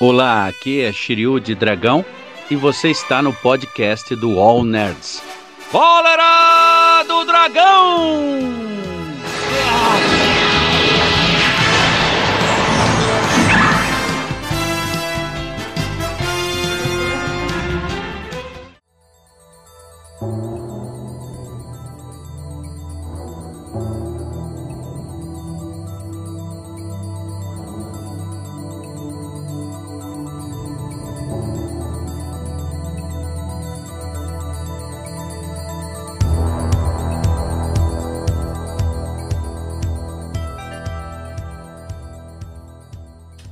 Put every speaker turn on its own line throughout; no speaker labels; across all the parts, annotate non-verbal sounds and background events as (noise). Olá, aqui é Shiryu de Dragão e você está no podcast do All Nerds. Cólera do Dragão!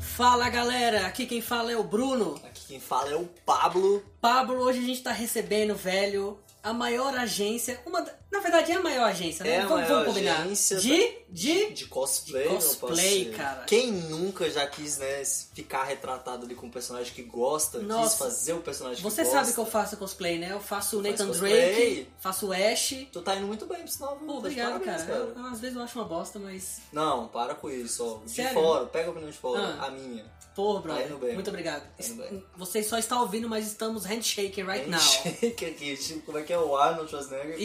Fala galera, aqui quem fala é o Bruno.
Aqui quem fala é o Pablo.
Pablo, hoje a gente tá recebendo, velho, a maior agência, uma da- na verdade é a maior agência, né?
É a
vamos,
maior
vamos combinar.
agência
de de
De cosplay,
De
meu
cosplay,
parceiro.
cara.
Quem nunca já quis, né, ficar retratado ali com um personagem que gosta,
Nossa.
quis fazer o personagem
Você
que gosta.
sabe que eu faço cosplay, né? Eu faço o
Faz
Nathan
cosplay.
Drake, faço o Ash.
Tu tá indo muito bem, por sinal.
Pô,
viu? Tá de
obrigado,
parabéns,
cara. Eu- eu- às vezes eu acho uma bosta, mas
Não, para com isso, ó. De
Sério?
fora, pega a opinião de fora,
Ah.
a minha.
Pô, brother,
indo bem.
muito obrigado.
Tá indo bem.
Você só está ouvindo, mas estamos handshaking right
(laughs)
now.
Shake aqui, tipo, como é que é o Arnold Schwarzenegger? com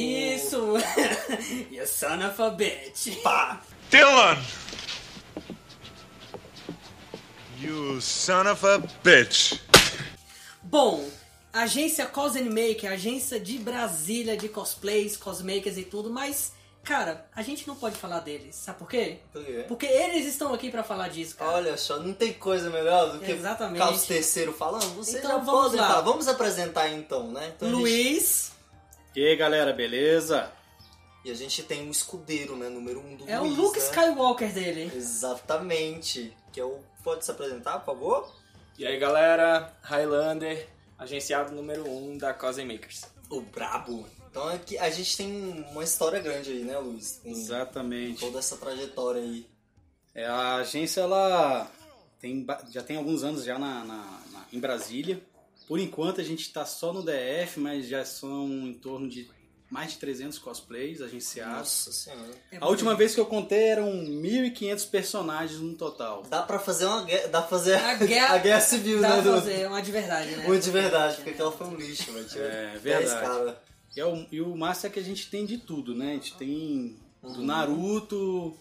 Isso!
(laughs)
you son of a (laughs) bitch!
Pá!
Dylan! You son of a bitch.
Bom, agência Cosplay Maker, agência de Brasília de cosplays, cosmakers e tudo, mas, cara, a gente não pode falar deles, sabe por quê?
Por quê?
Porque eles estão aqui pra falar disso, cara.
Tá Olha só, não tem coisa melhor do que
Exatamente.
ficar os terceiros falando. Vocês
Então
já
vamos
podem
lá.
falar. Vamos apresentar então, né? Então a gente-
Luiz
E aí galera, beleza?
E a gente tem um escudeiro, né? Número um do
é o
Luiz,
Luke
né?
Skywalker dele.
Exatamente. Que é o. Pode se apresentar, por favor?
E aí galera, Highlander, agenciado número 1 um da Cosmic Makers.
O Brabo. Então aqui a gente tem uma história grande aí, né, Luiz? Tem
Exatamente.
Toda essa trajetória aí.
É, a agência ela tem, ba- já tem alguns anos já na, na- na- em Brasília. Por enquanto a gente está só no DF, mas já são em torno de mais de 300 cosplays agenciados.
Nossa senhora.
É
A última vez que eu contei eram 1.500 personagens no total.
Dá pra fazer uma guerra. Dá pra fazer
A guerra-
(laughs) a guerra civil,
Dá
né?
pra
Do...
fazer uma de verdade, né?
Muito de verdade, porque aquela foi um lixo, velho. Tinha
É,
10
verdade.
caras.
E, é o, e o massa é que a gente tem de tudo, né? A gente tem do
Uhum.
Naruto,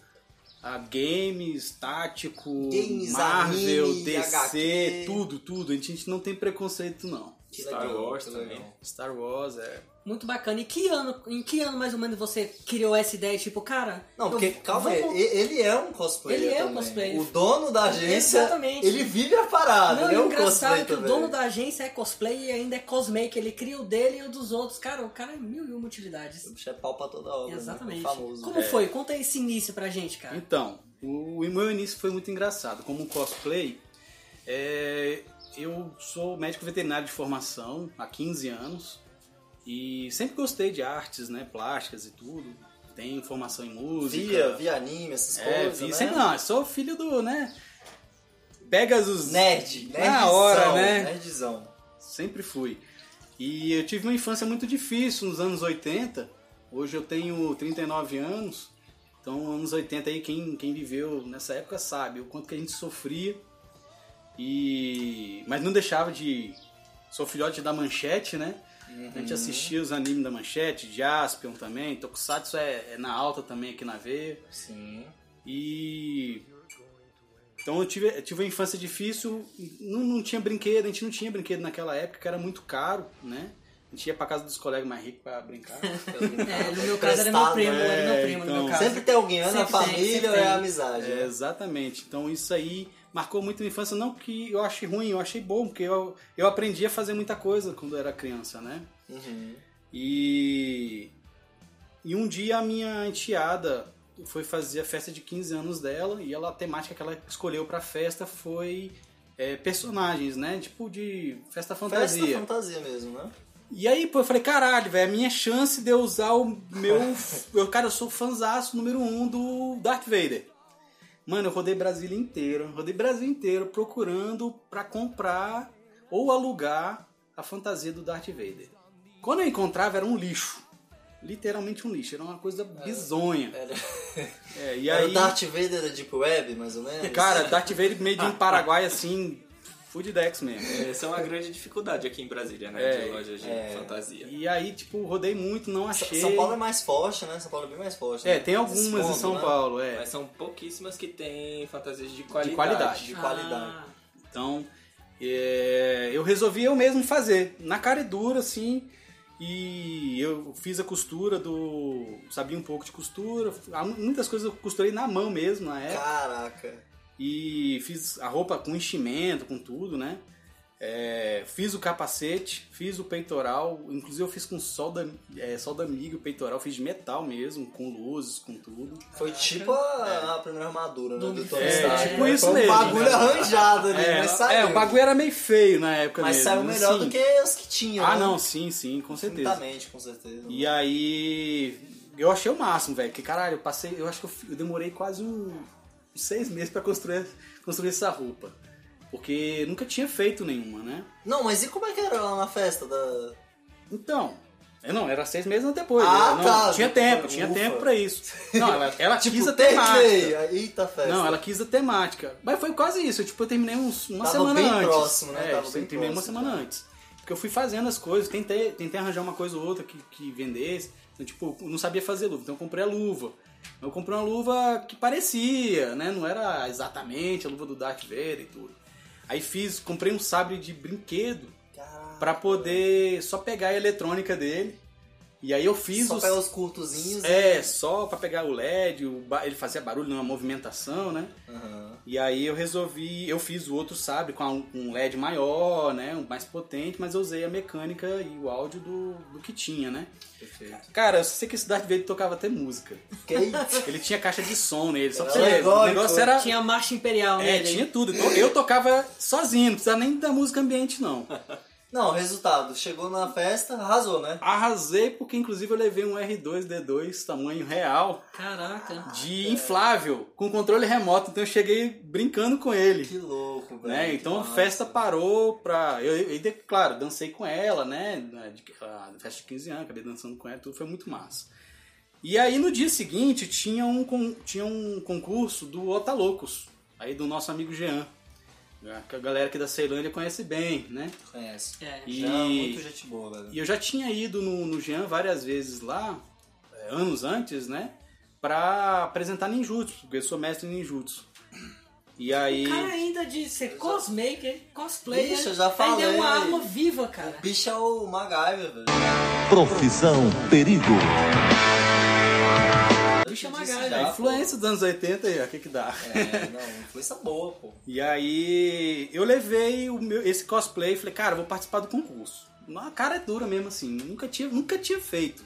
a games, tático,
Games,
Marvel,
anime,
DC,
HQ.
tudo, tudo. A gente, a gente não tem preconceito, não.
Que legal, que legal.
Star Wars é.
Muito bacana. E que ano, em que ano mais ou menos você criou essa ideia? Tipo, cara.
Não,
eu-
porque, calma aí,
vamos-
e- ele é um cosplayer.
Ele é um
também.
cosplayer.
O dono da agência.
Exatamente.
Ele vive a parada,
Não,
ele
e
é
o
um
engraçado
cosplayer
é que o
também.
dono da agência é cosplay e ainda é cosmake. Ele cria o dele e o dos outros. Cara, o cara é mil e uma utilidades.
O bicho é pau pra toda obra. né?
Exatamente.
Famoso.
Como é foi? Conta esse início pra gente, cara.
Então, o, o meu início foi muito engraçado. Como um cosplay, é, eu sou médico veterinário de formação há 15 anos e sempre gostei de artes, né? Plásticas e tudo. Tenho formação em música.
Via, via anime, essas
É,
coisas.
vi,
né?
sempre não, eu sou filho do, né? Pegasus.
Nerd, nerdzão,
Na hora, né?
Nerdzão.
Sempre fui. E eu tive uma infância muito difícil nos anos 80. Hoje eu tenho 39 anos. Então, anos 80 aí, quem, quem viveu nessa época sabe o quanto que a gente sofria. E... Mas não deixava de... Sou filhote da manchete, né? A
Uhum.
gente assistia os animes da manchete, Jaspion também, Tokusatsu é, é na alta também aqui na veia.
Sim.
E. Então eu tive, eu tive uma infância difícil, não, não tinha brinquedo, a gente não tinha brinquedo naquela época, que era muito caro, né? A gente ia pra casa dos colegas mais ricos pra brincar.
Então,
É, no meu caso era meu
Emprestado,
primo,
né?
era meu
É,
primo, no
então.
meu caso.
Sempre tem alguém, né? Na
Sempre tem,
família
sempre
ou é
tem.
amizade.
É,
né?
exatamente. Então isso aí marcou muito a infância, não que eu achei ruim, eu achei bom, porque eu, eu aprendi a fazer muita coisa quando eu era criança, né?
Uhum.
E, e um dia a minha enteada foi fazer a festa de 15 anos dela e ela, a temática que ela escolheu pra festa foi é, personagens, né? Tipo de festa fantasia.
Festa fantasia mesmo, né?
E aí, pô, eu falei, caralho, velho, a minha chance de eu usar o
(laughs)
meu. eu, cara, eu sou fanzaço número um do Darth Vader. Mano, eu rodei Brasília inteiro, rodei Brasil inteiro procurando pra comprar ou alugar a fantasia do Darth Vader. Quando eu encontrava, era um lixo. Literalmente um lixo, era uma coisa bizonha.
Era,
É, e
era
aí,
o Darth Vader da Deep Web, mais ou menos. (laughs)
cara, Darth Vader meio de um Paraguai assim, Food Dex mesmo.
Essa é uma grande dificuldade aqui em Brasília, né?
É,
de loja de
é.
fantasia.
E aí, tipo, rodei muito, não
Sa-
achei.
São Paulo é mais forte, né? São Paulo é bem mais forte.
É,
né?
tem algumas em
Desconto,
São
né?
Paulo, é.
Mas são pouquíssimas que têm fantasias de qualidade.
qualidade.
De qualidade.
Ah,
Então, é, eu resolvi eu mesmo fazer, na cara e dura, assim. E eu fiz a costura do. Sabia um pouco de costura. há mu- Muitas coisas eu costurei na mão mesmo na época.
Caraca.
E fiz a roupa com enchimento, com tudo, né? É, fiz o capacete, fiz o peitoral, inclusive eu fiz com solda, é, solda amiga, o peitoral, fiz de metal mesmo, com luzes, com tudo.
Foi tipo a, a primeira armadura, né?
Do
Do Tony
É,
Stark.
tipo
né?
isso
Foi um
mesmo,
bagulho
né?
arranjado ali,
É,
mas saiu.
é, o bagulho era meio feio na época
Mas
mesmo.
saiu melhor
assim.
do que os que tinham,
Ah,
né?
não, sim, sim, com
tá
certeza.
Infinitamente, com certeza.
E aí, eu achei o máximo, velho. Que caralho, eu passei, eu acho que eu, fi- eu demorei quase um, uns seis meses pra construir, construir essa roupa. Porque nunca tinha feito nenhuma, né?
Não, mas e como é que era lá na festa da...
Então, é, não, era seis meses depois.
Ah,
eu não,
tá.
Tinha tempo, tinha
Ufa. Tipo,
tempo
(laughs)
pra isso. Não, ela, ela quis a
tem
Tipo, temática.
meia. Eita festa.
Não, ela quis a temática. Mas foi quase isso. eu, Tipo, eu terminei uns, uma
Tava
semana
bem
antes.
próximo, né?
É,
Tava
eu
bem
terminei uma
próximo,
semana
tá.
antes. Porque eu fui fazendo as coisas, tentei, tentei arranjar uma coisa ou outra que, que vendesse. Então, tipo, eu não sabia fazer luva, então eu comprei a luva. Eu comprei uma luva que parecia, né? Não era exatamente a luva do Darth Vader e tudo. Aí fiz, comprei um sabre de brinquedo
Caraca.
pra poder só pegar a eletrônica dele. E aí eu fiz
é. Só
os-
pegar os né? curtozinhos.
é, só pra pegar o LED, o ba- ele fazia barulho numa movimentação, né?
Aham.
E aí eu resolvi, eu fiz o outro sabre com a- um LED maior, né? Um mais potente, mas eu usei a mecânica e o áudio do, do que tinha, né?
Perfeito.
Cara, eu sei que esse Darth Vader tocava até música.
Que isso?
Ele tinha caixa de som nele, só pra
Era
você ver. O
alegórico.
negócio era.
Tinha a marcha imperial né,
É,
nele.
tinha tudo. Então, eu tocava sozinho, não precisava nem da música ambiente, não.
(laughs) Não, resultado. Chegou na festa, arrasou, né?
Arrasei porque, inclusive, eu levei um R2D2 tamanho real
Caraca.
de inflável, com controle remoto, então eu cheguei brincando com ele.
Que louco, velho.
Né?
que
Então a
massa.
festa parou pra. Eu, eu, eu, claro, dancei com ela, né? na- de- A festa de 15 anos, acabei dançando com ela, tudo foi muito massa. E aí no dia seguinte tinha um, con- tinha um concurso do Otalocos, aí do nosso amigo Jean. né, Que a galera aqui da Ceilândia conhece bem, né?
Conhece.
É.
E-
Já, muito gente boa, velho.
E eu já tinha ido no, no Jean várias vezes lá, é, anos antes, né? Pra apresentar ninjutsu, porque eu sou mestre em ninjutsu. E aí.
Cara, ainda de ser cosmaker, cosplayer.
Ixi, eu já
Ainda é
falei.
uma arma viva, cara.
O bicho é o MacGyver, velho.
Profissão Perigo.
Eu
Bicho é
te
MacGyver.
disse
A
já,
influência dos anos 80 aí, ó, o que que dá?
pô. É, não, influência boa, pô.
E aí eu levei o meu, esse cosplay e falei, cara, eu vou participar do concurso. Uma cara dura mesmo assim, nunca tinha, nunca tinha feito.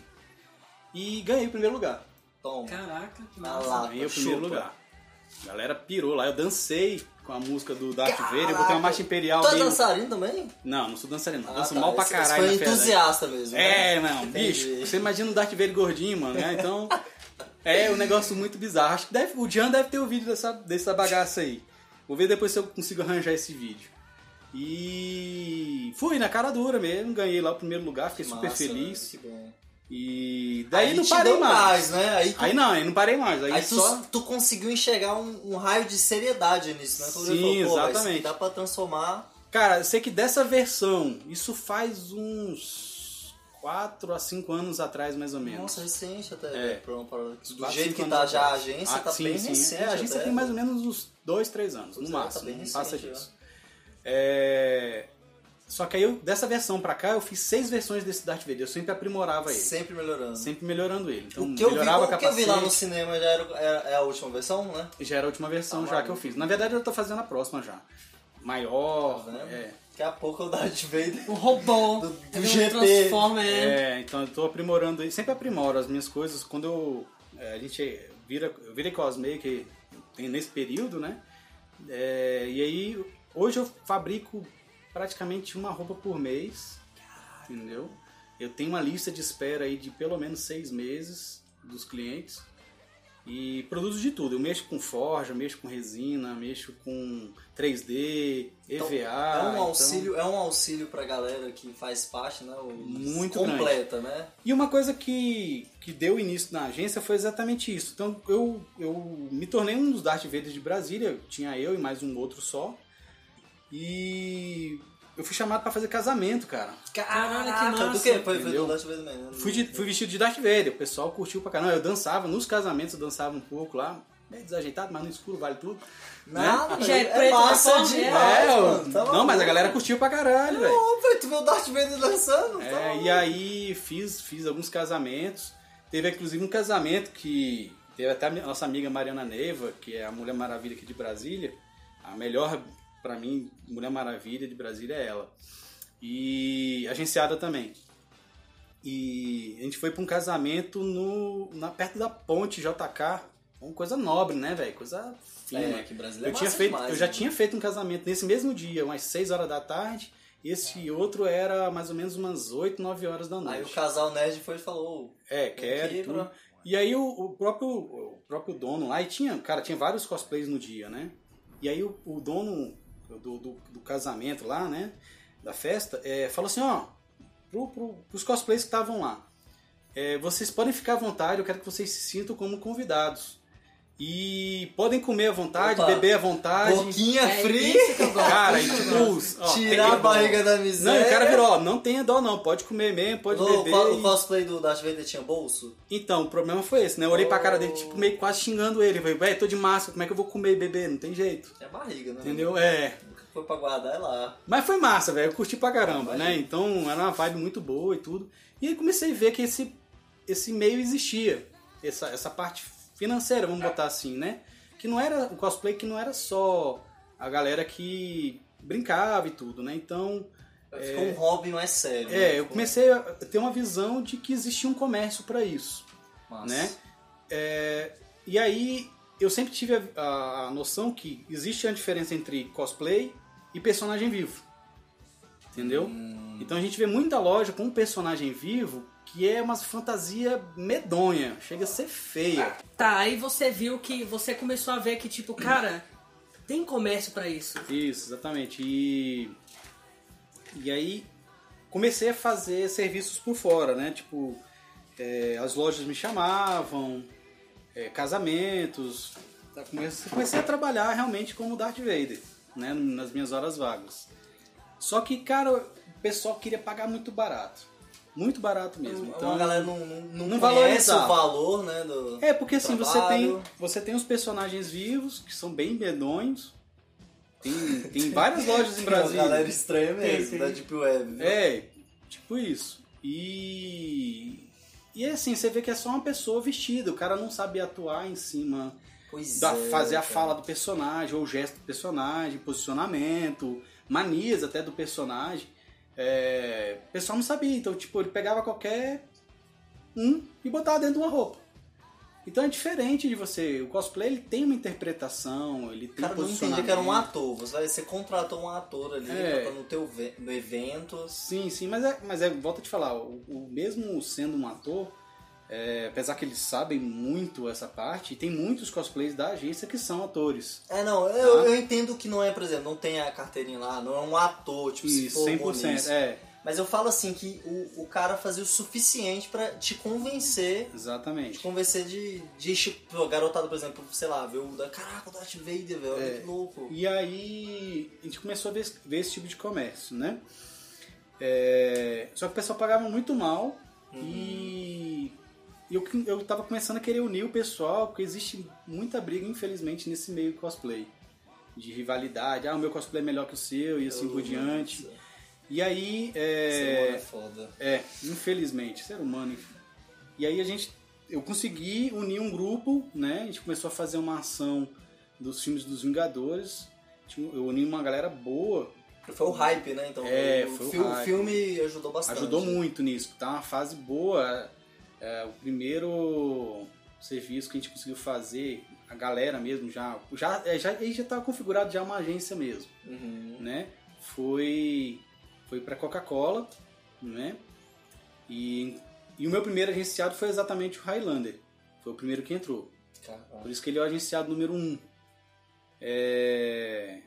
E ganhei o primeiro lugar.
Toma.
Caraca, que
Na
massa.
lata,
Ganhei o primeiro
chupa.
lugar. A galera pirou lá, eu dancei com a música do Darth
Caraca.
Vader, eu botei uma marcha imperial.
Tu é
meio-
dançarino também?
Não, não sou dançarino, não.
Ah,
danço
tá.
mal pra
Esse-
caralho.
esse
na né?
Foi
festa.
entusiasta mesmo.
É,
né?
não,
Entendi.
bicho, você imagina o Darth Vader gordinho, mano, né? Então, é um negócio muito bizarro. Acho que deve- o Jean deve ter o vídeo dessa, dessa bagaça aí. Vou ver depois se eu consigo arranjar esse vídeo. E fui na cara dura mesmo, ganhei lá o primeiro lugar, fiquei é super
Massa,
feliz.
velho, que bom.
E daí
Aí
não
te
parei
deu
mais.
né? Aí tu,
Aí não, aí não parei mais. Aí,
aí tu,
só.
tu conseguiu enxergar um, um raio de seriedade nisso, né? Tu
Sim,
olhou e falou, "Pô, mas
exatamente.
Dá pra transformar.
Cara, eu sei que dessa versão, isso faz uns 4 a 5 anos atrás, mais ou menos.
Nossa, recente até.
É.
pra uma parada- Do
Quatro,
jeito
cinco
que
anos
tá já a
atrás.
agência,
Ah,
tá
sim,
bem
sim.
recente.
É, a agência
até,
tem mais ou
né?
menos uns dois, três anos,
Pois
no
é, tá
máximo.
bem
não passa
recente,
disso. É, Só que aí, eu- dessa versão pra cá, eu fiz seis versões desse Darth Vader. Eu sempre aprimorava ele. Sempre,
Sempre melhorando.
melhorando ele. Então,
o que eu, vi,
melhorava
o que eu
capacete.
vi lá no cinema já era, é- é a última versão, né?
Já era a última versão
Tá
já que eu
maluco.
fiz. Na verdade, eu tô fazendo a próxima já. Maior,
Tá vendo?
é. Então,
Daqui a pouco é o Darth Vader.
Um robô.
Do- do
entendeu?
GT.
um Transformer. é.
Né?
É, então eu tô aprimorando, e sempre aprimoro as minhas coisas. Quando eu, é, a gente vira, eu virei cosmaker tem nesse período, né? É, e aí, hoje eu fabrico praticamente uma roupa por mês, entendeu? Eu tenho uma lista de espera aí de pelo menos seis meses dos clientes. E produzo de tudo. Eu mexo com forja, mexo com resina, mexo com 3D,
Então,
EVA.
é um
então-
auxílio, é um auxílio pra galera que faz parte, né? O-
Muito
completa, né?
E uma coisa que, que deu início na agência foi exatamente isso. Então eu, eu me tornei um dos Darth Vader de Brasília, tinha eu e mais um outro só. E eu fui chamado pra fazer casamento, cara.
Caralho, que
Caraca,
massa.
do que? Foi, foi
entendeu?
do Darth Vader mesmo. né?
Fui, de- fui vestido de Darth Vader, o pessoal curtiu pra caramba. Eu dançava, nos casamentos eu dançava um pouco lá, meio desajeitado, mas no escuro vale tudo.
Nada, mano,
Já é preto,
massa
tá bom, né?
demais,
né? É, eu-
mano, tá
não, mas
maluco.
a galera curtiu pra caralho, velho.
Não, velho, tu viu o Darth Vader dançando? tá
É,
maluco.
e aí fiz, fiz alguns casamentos. Teve inclusive um casamento que teve até a minha- nossa amiga Mariana Neiva, que é a Mulher Maravilha aqui de Brasília. A melhor, pra mim, Mulher Maravilha de Brasília é ela. E agenciada também. E a gente foi pra um casamento no, na, perto da ponte JK. Uma coisa nobre, né, velho? Coisa fina.
É, que brasileiro
Eu,
é
tinha
massa
feito,
demais,
eu já
né?
tinha feito um casamento nesse mesmo dia, umas 6 horas da tarde. E esse outro era mais ou menos umas 8, 9 horas da
Aí o
noite.
casal nerd foi e falou:
É,
"Ô,
quero e
aqui,
tudo.
bro."
E aí o, o próprio, o próprio dono lá, e tinha, cara, tinha vários cosplays no dia, né? E aí o, o dono do, do, do casamento lá, né? Da festa, é, falou assim, ó, pro, pro, pros cosplays que estavam lá. é, vocês podem ficar à vontade, eu quero que vocês se sintam como convidados. E podem comer à vontade,
Opa.
beber à vontade.
Boquinha
É
free?
isso que eu gosto.
Cara, e
isso que eu
tipo,
gosto.
os- ó,
Tirar a
tem- um-
barriga da
Não,
miséria.
e o cara virou, ó, não tenha dó não, pode comer mesmo, pode
Ô,
beber.
o,
e-
o cosplay do Darth Vader tinha bolso?
Então, o problema foi esse, né? Eu olhei pra cara dele, tipo, meio quase xingando ele. Falei, velho, tô de máscara, como é que eu vou comer e beber? Não tem jeito.
É barriga, né?
Entendeu? É.
Foi pra guardar, é lá.
Mas foi massa, velho. Eu curti pra caramba, né? Então era uma vibe muito boa e tudo. E aí comecei a ver que esse, esse meio existia. Essa, essa parte financeira, vamos botar assim, né? Que não era. O cosplay que não era só a galera que brincava e tudo, né? Então.
Ficou um hobby mais sério. né?
É, eu
Ficou
comecei a ter uma visão de que existia um comércio pra isso.
massa.
né? É, e aí eu sempre tive a, a- a noção que existe a diferença entre cosplay e personagem vivo. Entendeu? Então a gente vê muita loja com um personagem vivo que é uma fantasia medonha, chega a ser feia.
Tá, aí você viu que você começou a ver que, tipo, cara, tem comércio pra isso.
Isso, exatamente. E e aí comecei a fazer serviços por fora, né? Tipo, é, as lojas me chamavam, é, casamentos. tá? Comecei, comecei a trabalhar realmente como Darth Vader, né? Nas minhas horas vagas. Só que, cara, o pessoal queria pagar muito barato. Muito barato mesmo.
Então a
Então,
galera não, não, conhece
não valorizava.
o valor, né? Do...
é porque assim, você tem,
trabalho.
você tem os personagens vivos, que são bem medonhos. Tem,
(laughs)
tem várias lojas em Brasília.
Uma galera estranha mesmo,
Tem, tem.
da Deep Web. né?
É, tipo isso. E. E assim, você vê que é só uma pessoa vestida, o cara não sabe atuar em cima,
Pois
da,
é,
fazer a
cara.
fala do personagem, ou o gesto do personagem, posicionamento, manias até do personagem. É, o pessoal não sabia, então tipo, ele pegava qualquer um e botava dentro de uma roupa. Então é diferente de você. O cosplay ele tem uma interpretação, ele tem
Cara, eu não entendi
posicionamento.
que era um ator. Você, vai- você contratou um ator ali
É.
pra tá no teu ve- no evento.
Sim, sim, mas é, mas é volta a te falar, o, o mesmo sendo um ator, é, apesar que eles sabem muito essa parte, e tem muitos cosplays da agência que são atores.
É, não, eu,
Tá.
eu entendo que não é, por exemplo, não tem a carteirinha lá, não é um ator, tipo, se
Isso,
for
100%.
bonito.
É,
Mas eu falo assim que o, o cara fazia o suficiente pra te convencer. Te
exatamente.
convencer de, de tipo, a garotada, por exemplo, sei lá, ver o da. Caraca, o Darth Vader, velho,
É.
olha que louco.
E aí a gente começou a ver, esse- ver esse tipo de comércio, né? É, só que o pessoal pagava muito mal e eu, eu tava começando a querer unir o pessoal, porque existe muita briga, infelizmente, nesse meio cosplay. De rivalidade, ah, o meu cosplay é melhor que o seu e assim por diante. E aí,
Ser humano né, é
é,
foda.
é, infelizmente, ser humano. enfim. E aí a gente, eu consegui unir um grupo, né? A gente começou a fazer uma ação dos filmes dos Vingadores. Tinha- um, Eu uni uma galera boa,
Foi o hype, né? Então,
É,
o,
foi o
fi- o
hype.
filme ajudou bastante.
ajudou muito nisso. Tá uma fase boa. É, o primeiro serviço que a gente conseguiu fazer, a galera mesmo já, já, é, já, aí já estava configurado já uma agência mesmo.
Uhum.
né? Foi foi para Coca-Cola, né? E, e o meu primeiro agenciado foi exatamente o Highlander. Foi o primeiro que entrou.
Caraca.
Por isso que ele é o agenciado número um. É,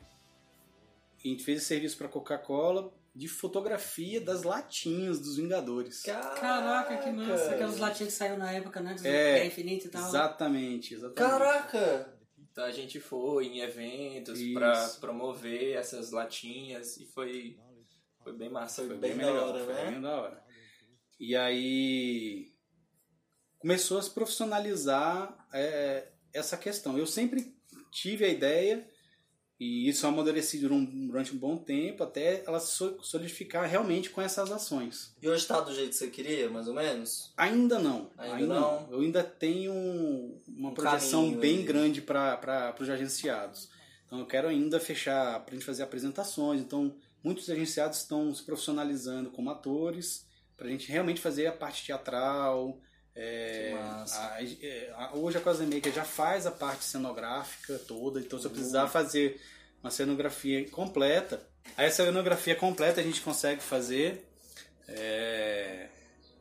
A gente fez esse serviço para Coca-Cola de fotografia das latinhas dos Vingadores.
Caraca, que massa. Aquelas latinhas que saiu na época, né? Dos
É,
Guerra Infinita e tal.
Exatamente, exatamente.
Caraca!
Então a gente foi em eventos
Isso.
pra promover essas latinhas e foi, foi bem massa.
Foi
bem
bem,
da
legal,
hora,
foi
né?
bem da hora. E aí começou a se profissionalizar é, essa questão. Eu sempre tive a ideia, e isso eu amadureci durante um, durante um bom tempo, até ela se so- solidificar realmente com essas ações.
E hoje tá do jeito que você queria, mais ou menos?
Ainda não.
Ainda
Ainda, não.
não.
Eu ainda tenho uma
Um
projeção
caminho
bem
ali.
grande para os agenciados. Então eu quero ainda fechar para a gente fazer apresentações. Então muitos agenciados estão se profissionalizando como atores para a gente realmente fazer a parte teatral. é,
Que massa.
a- é, a- hoje a Cosa Maker já faz a parte cenográfica toda. Então se eu precisar fazer uma cenografia completa, aí essa cenografia completa a gente consegue fazer. é,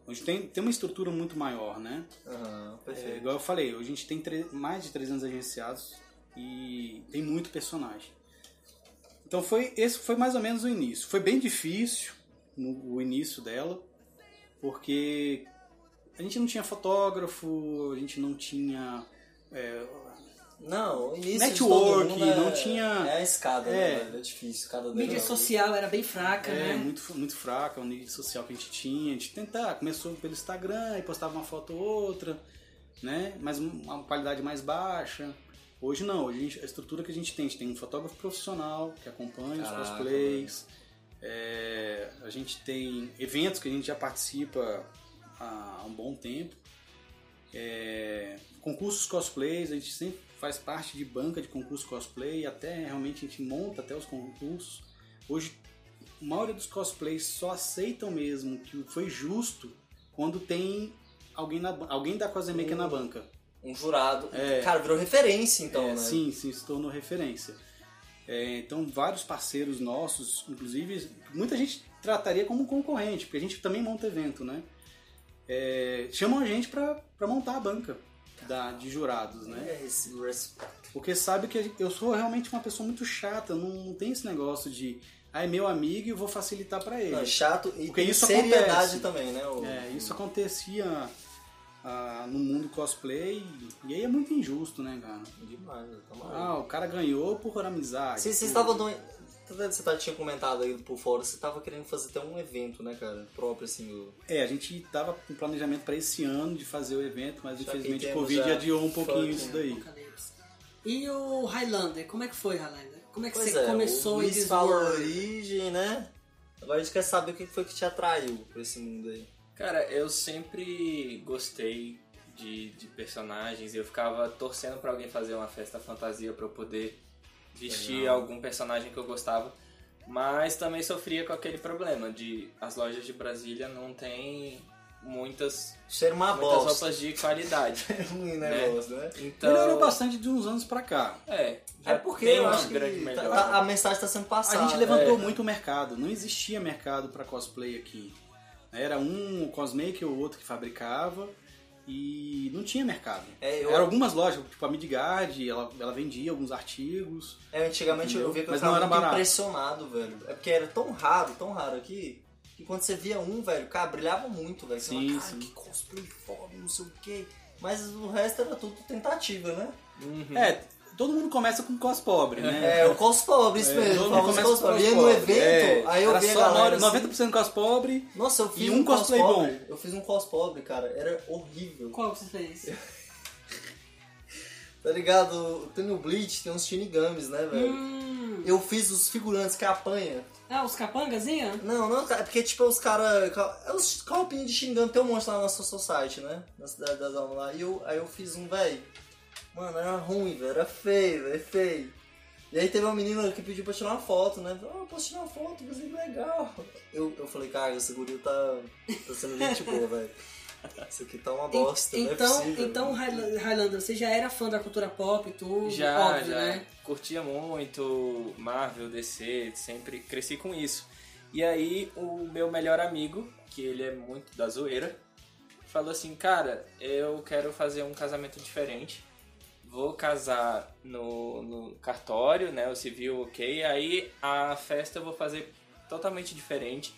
Hoje tem, tem uma estrutura muito maior, né?
Aham,
É,
perfeito.
igual eu falei, hoje a gente tem tre- mais de 300 agenciados e tem muito personagem. Então foi esse foi mais ou menos o início. Foi bem difícil no, o início dela, porque a gente não tinha fotógrafo, a gente não tinha é,
Não, início de
Network,
todo mundo é-
não tinha-
É a escada, né,
É.
velho? É difícil, cada degrau.
Mídia social era bem fraca,
é,
né?
muito, muito fraca, o nível social que a gente tinha. A gente tentar, começou pelo Instagram e postava uma foto ou outra, né? Mas uma qualidade mais baixa. Hoje não, hoje a, gente- a estrutura que a gente tem, a gente tem um fotógrafo profissional que acompanha os
Caraca,
cosplays. É, a gente tem eventos que a gente já participa há um bom tempo. É, concursos cosplays, a gente sempre faz parte de banca de concurso cosplay, até realmente a gente monta até os concursos. Hoje a maioria dos cosplays só aceitam mesmo que foi justo quando tem alguém, na, ban- alguém tá da Cosemaker na banca.
Um jurado.
É.
Cara, virou referência então,
É,
né?
Sim, sim, se tornou referência. É, então, vários parceiros nossos, inclusive, muita gente trataria como concorrente, porque a gente também monta evento, né? É, chamam a gente pra pra montar a banca da, de jurados, né?
É esse res-
Porque sabe que eu sou realmente uma pessoa muito chata, não, não tem esse negócio de, ah, é meu amigo e eu vou facilitar pra ele.
Não, é chato e
Porque
tem
isso
seriedade
acontece.
também, né? o-
É, isso acontecia ah, no mundo cosplay e aí é muito injusto, né, cara?
Demais, né? tá maluco.
Ah, o cara ganhou por amizade.
Vocês
por-
estavam doendo. Tá vendo? Você tá- tinha comentado aí por fora, você tava querendo fazer até um evento, né, cara? Próprio, assim, do...
É, a gente tava com planejamento pra esse ano de fazer o evento, mas
Só que
infelizmente o
temos
Covid
a-
adiou um pouquinho
Fuck,
isso
né?
daí.
Apocalipse. E o Highlander, como é que foi, Highlander? Como é que
Pois
você
é,
começou
o
em
Luiz fala a
Disney?
origem, né? Agora a gente quer saber o que foi que te atraiu pra esse mundo aí.
Cara, eu sempre gostei de, de personagens. Eu ficava torcendo pra alguém fazer uma festa fantasia pra eu poder vestir
Legal.
algum personagem que eu gostava. Mas também sofria com aquele problema de as lojas de Brasília não tem muitas,
Cheira uma
muitas
Tá bosta.
(laughs)
roupas de
(laughs)
qualidade.
É
um
ruim o
né?
negócio, né?
Então,
Melhorou bastante de uns anos pra cá.
É, já
É porque
tem
eu
uma
acho que
grande
tá-
melhora.
tá- a mensagem tá sendo passada. é.
a gente levantou muito o mercado, não existia mercado pra cosplay aqui. Era um cosmaker ou outro que fabricava e não tinha mercado.
É, eu-
Eram algumas lojas, tipo a Midgard, ela, ela vendia alguns artigos.
É, antigamente eu via que eu
Mas
ficava
não era
muito
barato.
impressionado, velho. É porque era tão raro, tão raro aqui, que quando você via um, velho, cara, brilhava muito, velho. Você
Sim,
falava,
sim.
cara, que cosplay foda, não sei o quê. Mas o resto era tudo tentativa, né?
Uhum.
É, todo mundo começa com cos pobre, né?
É, o cos pobre, isso
É,
mesmo.
todo
Eu falava,
mundo
os
começa
cos
com cos
pobre. Ia no
pobre,
evento,
é.
aí eu
Era
via a
só
galera. assim,
90% cos pobre.
Nossa, eu fiz
e um
cos
cosplay
pobre. Eu fiz um cos pobre, cara. Era horrível.
Qual que você fez?
Tá ligado? Tem no Bleach, tem uns Shinigamis, né, velho?
Hum,
Eu fiz os figurantes que apanha.
ah, os capangazinha?
Não, não, cara, é porque tipo os caras. É os calpinhos de xingando, tem um monte lá na nossa society, né? Na cidade das almas lá. E eu, aí eu fiz um, velho. Mano, era ruim, velho. Era feio, velho. Feio. E aí teve uma menina que pediu pra tirar uma foto, né? Falou, ah, posso tirar uma foto, mas é legal. Eu, eu falei, cara, esse guri tá, tá sendo
(laughs)
gente boa, velho. Isso aqui tá uma bosta, não é
então,
possível,
então
velho."
Highlander, Highlander, você já era fã da cultura pop e tudo?
Já,
óbvio,
já. é.
né?
Curtia muito Marvel, DC, sempre cresci com isso. E aí o meu melhor amigo, que ele é muito da zoeira, falou assim, cara, eu quero fazer um casamento diferente. Vou casar no, no cartório, né? O civil, ok. Aí a festa eu vou fazer totalmente diferente.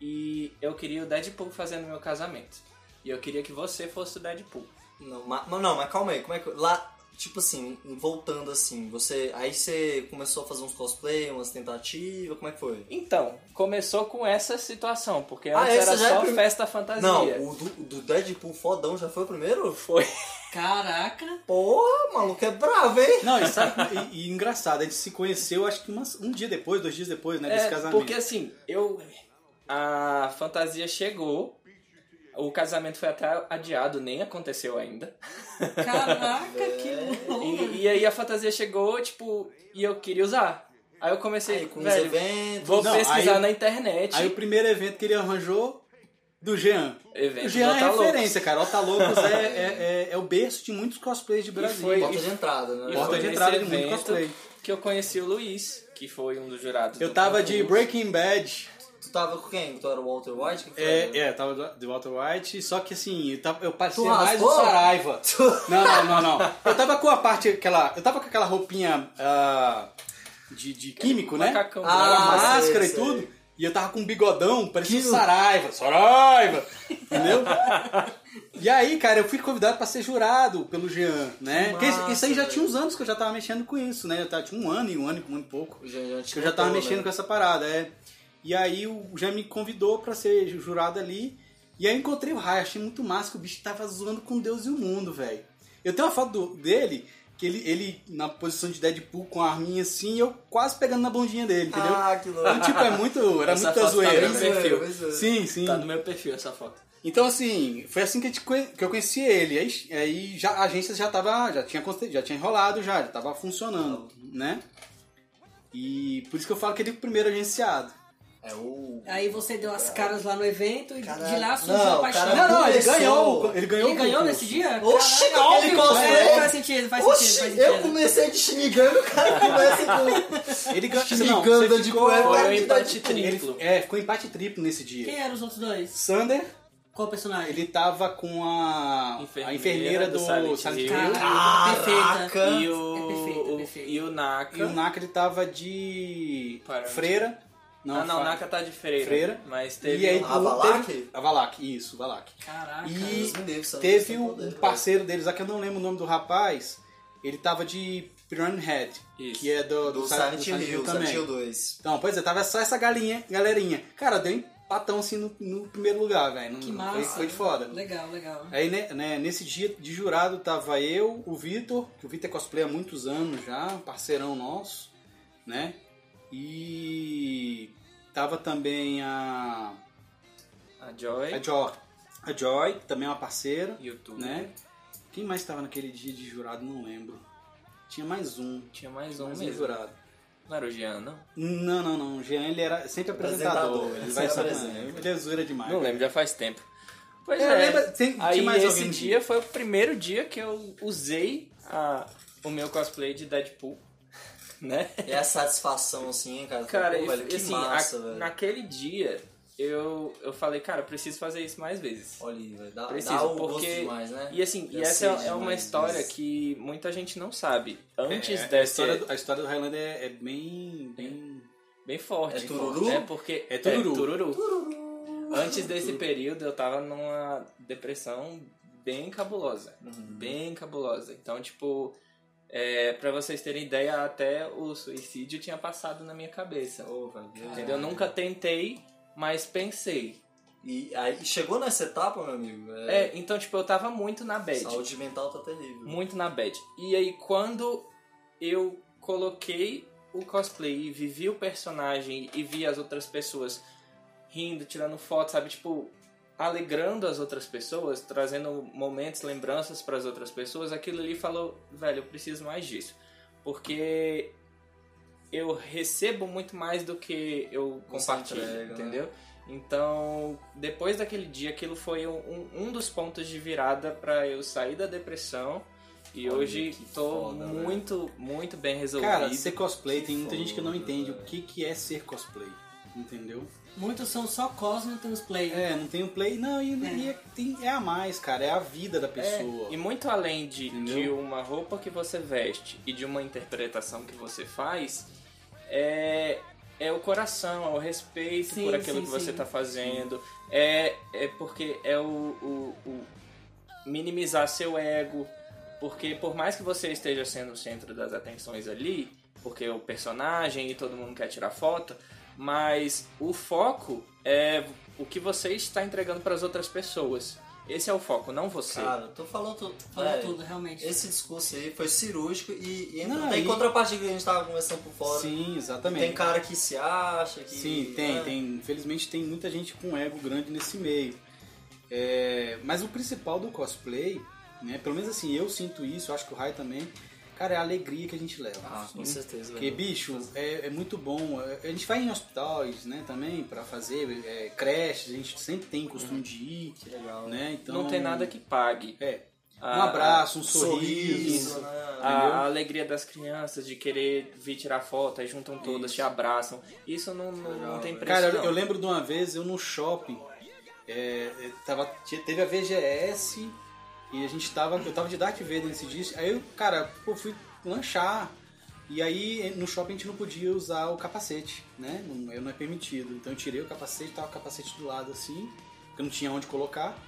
E eu queria o Deadpool fazendo meu casamento. E eu queria que você fosse o Deadpool.
Não, mas, mas não, mas calma aí, como é que. Lá, tipo assim, voltando assim, você. Aí você começou a fazer uns cosplay, umas tentativas, como é que foi?
Então, começou com essa situação, porque
Ah,
antes
essa
era
já é a
só
prim-
festa fantasia.
Não, o do, o do Deadpool fodão já foi o primeiro?
Foi.
Caraca!
Porra, maluco é bravo, hein?
Não, e, sabe- e- e engraçado, a gente se conheceu acho que umas- um dia depois, dois dias depois, né? Desse
É,
casamento.
porque assim, eu. A fantasia chegou, o casamento foi até adiado, nem aconteceu ainda.
Caraca,
(laughs) É.
que louco!
E, e aí a fantasia chegou, tipo, e eu queria usar. Aí eu comecei,
Aí com os
velho,
eventos.
vou
Não,
pesquisar
aí-
na internet.
Aí o primeiro evento que ele arranjou do Jean.
Evento
o Jean
do
é
Otaloucos.
referência, cara. Otaloucos é, é, é, é o berço de muitos cosplays de Brasil.
foi-
Porta de entrada, né?
E
Porta
foi
de
nesse
entrada de muito
evento
cosplay.
Que eu conheci o Luiz, que foi um dos jurados.
Eu
do
tava de
concurso.
Breaking Bad.
Tu tava com quem? Tu era o Walter White? Que né?
É, é, eu tava do- de Walter White, só que assim, eu, tava, eu parecia
Tu
mais o
raspou?
Saraiva.
Tu-
Não, não, não, não.
(laughs)
Eu tava com a parte, aquela. Eu tava com aquela roupinha ah, de, de químico, né?
Macacão.
Com a
Ah,
máscara
sei,
e
sei.
tudo. E eu tava com um bigodão, parecia o Saraiva. Saraiva!
(laughs)
Entendeu? e aí, cara, eu fui convidado pra ser jurado pelo Jean, né? Porque isso- isso aí já tinha uns anos que eu já tava mexendo com isso, né? Eu tava, tinha um ano e um ano, e um ano e pouco.
Já, já te
Eu já tava
contou,
mexendo com
né?
essa parada, é. E aí o já me convidou pra ser ju- jurado ali. E aí eu encontrei o Rai, achei muito massa que o bicho tava zoando com Deus e o mundo, velho. Eu tenho uma foto do- dele, que ele, ele na posição de Deadpool com a arminha assim, e eu quase pegando na bundinha dele, entendeu?
Ah, que louco.
Então, tipo, é muito. Era
Essa
muita
foto tá
zoeira.
bem
né?
zoeira. perfil.
Pois é.
Sim, sim.
Tá no meu perfil essa foto.
Então, assim, foi assim que, a gente conhe- que eu conheci ele. Aí, aí já, a agência já tava. Já tinha, conste- já tinha enrolado, já, já tava funcionando, né? E por isso que eu falo que ele é o primeiro agenciado.
É o.
Aí você deu as caras lá no evento e de
Caralho.
lá surgiu
Não,
a paixão.
Ah,
cara,
Não, não, ele
Começou.
ganhou. o- Ele ganhou,
Ele
o
ganhou
concurso.
nesse dia?
Oxi,
Caraca,
não,
ele
ele consegue.
É, faz sentido, faz
Oxi,
sentido,
eu
faz sentido.
comecei de Shinigami, o cara começa
Ele
com
ganhou. Não,
Shinigami
você
da
ficou,
Deep Web.
Foi um
vai te dar
empate
de-
triplo.
ele, é, ficou empate triplo nesse dia.
Quem eram os outros dois?
Sander,
Qual personagem?
ele tava com a
Enfermeira
a enfermeira do,
do Silent
Silent
Hill.
Hill.
Caralho, perfeita.
Caraca.
E o,
É perfeito, é perfeito.
E o Naka.
E o Naka, ele tava de.
Parando.
Freira. Não,
ah, não, o
fa-
Naka tá de freira.
Freira.
Mas teve
E aí,
um-
A
o-
Valak?
teve- A Valak, isso, Valak.
Caraca.
E
Deus me livre, isso é
teve
um
um
poder,
um parceiro deles, lá que eu não lembro o nome do rapaz, ele tava de Pyramid Head,
Isso.
que é do,
Do
Silent- do
Silent Hill, Silent Hill 2.
Então, pois é, tava só essa galinha, galerinha. Cara, deu empatão assim no, no primeiro lugar, velho. Não-
Que
foi-
massa.
Foi de
né?
foda.
Legal, legal.
Aí, né, né, nesse dia de jurado tava eu, o Vitor, que o Vitor é cosplay há muitos anos já, um parceirão nosso, né? E tava também a,
a Joy
a Joy, a Joy, que também é uma parceira,
e o Tu.
né? Quem mais tava naquele dia de jurado, não lembro. Tinha mais um,
Tinha mais um
mais um
mesmo.
jurado.
Não era o Jean, não?
Não, não, não. O Jean, ele era sempre apresentador.
Apresentador,
Ele vai
sempre
saber.
apresenta.
Ele é zoeira demais.
Não lembro, já faz tempo. Pois
É,
é.
lembra- tem-
aí
tinha mais
esse
alguém no
dia foi o primeiro dia que eu usei a- o meu cosplay de Deadpool, (laughs) né?
É a satisfação, assim, hein, cara.
Cara,
Pô,
e-
velho, que
assim,
massa,
a-
velho.
naquele dia eu, eu falei, cara, eu preciso fazer isso mais vezes.
Olha aí, velho. Dá,
Preciso,
dá o gosto
porque.
demais, né?
E assim, e
Eu
essa
sei
é, é
demais,
uma história
mas-
que muita gente não sabe. Antes
É, a,
dessa.
história do, a história do Highlander é, é bem, bem.
Bem forte.
É tururu?
É porque.
É tururu.
Antes desse período eu tava numa depressão bem cabulosa.
Uhum.
Bem cabulosa. Então, tipo. É, pra vocês terem ideia, até o suicídio tinha passado na minha cabeça.
Ô, velho, Deus.
Entendeu? Eu nunca tentei, mas pensei.
E aí, chegou nessa etapa, meu amigo. É,
É, então, tipo, eu tava muito na bad.
saúde mental tá terrível.
Muito na bad. E aí, quando eu coloquei o cosplay e vivi o personagem e vi as outras pessoas rindo, tirando foto, sabe? Tipo, alegrando as outras pessoas, trazendo momentos, lembranças para as outras pessoas, aquilo ali falou, velho, eu preciso mais disso. Porque eu recebo muito mais do que eu
Você
compartilho,
entrega, né?
entendeu? Então, depois daquele dia, aquilo foi um, um dos pontos de virada para eu sair da depressão. E
Olha
hoje
que
tô
foda, né? velho.
muito, muito bem resolvido.
Cara, ser cosplay, tem
Que
muita gente que não
foda,
entende o
velho.
que, que é ser cosplay. Entendeu?
Muitos são só Cosmo e Transplay.
É, não tem um play. Não, e,
É.
e é, tem- é a mais, cara. É a vida da
É,
pessoa.
e muito além de,
Entendeu?
de uma roupa que você veste e de uma interpretação que você faz, é, é o coração, é o respeito
Sim,
por aquilo
sim,
que você
sim.
tá fazendo, é, é porque é o, o- o minimizar seu ego, Porque por mais que você esteja sendo o centro das atenções ali, porque o personagem e todo mundo quer tirar foto, mas o foco é o que você está entregando para as outras pessoas. Esse é o foco, não você.
Cara, tu falou tudo.
Falou
Véi,
tudo, realmente.
É. Esse discurso aí foi cirúrgico e, e
Não,
tem
e-
contrapartida que a gente tava conversando por fora.
Sim, exatamente.
Tem cara que se acha, que.
Sim, tem,
né?
tem. Infelizmente tem muita gente com ego grande nesse meio. É, mas o principal do cosplay, né? Pelo menos assim, eu sinto isso, eu acho que o Rai também, cara, é a alegria que a gente leva. Uhum.
Ah, com certeza,
Porque,
velho.
bicho, é, é muito bom. A gente vai em hospitais, né, também, pra fazer é, creches, a gente sempre tem costume de ir,
Que legal.
né? Então,
Não tem nada que pague.
É. Um
A-
abraço, um sorriso.
Sorriso, né?
A, a alegria das crianças de querer vir tirar foto, aí juntam todas, te abraçam. Isso não, não, não tem preço.
Cara, eu-
não.
eu lembro de uma vez eu no shopping. é, eu tava, tinha- teve a VGS e a gente tava. Eu tava de Darth Vader nesse dia. Aí eu, cara, eu fui lanchar. E aí é, no shopping a gente não podia usar o capacete, né? Não, eu não é permitido. Então eu tirei o capacete, tava o capacete do lado assim, porque eu não tinha onde colocar.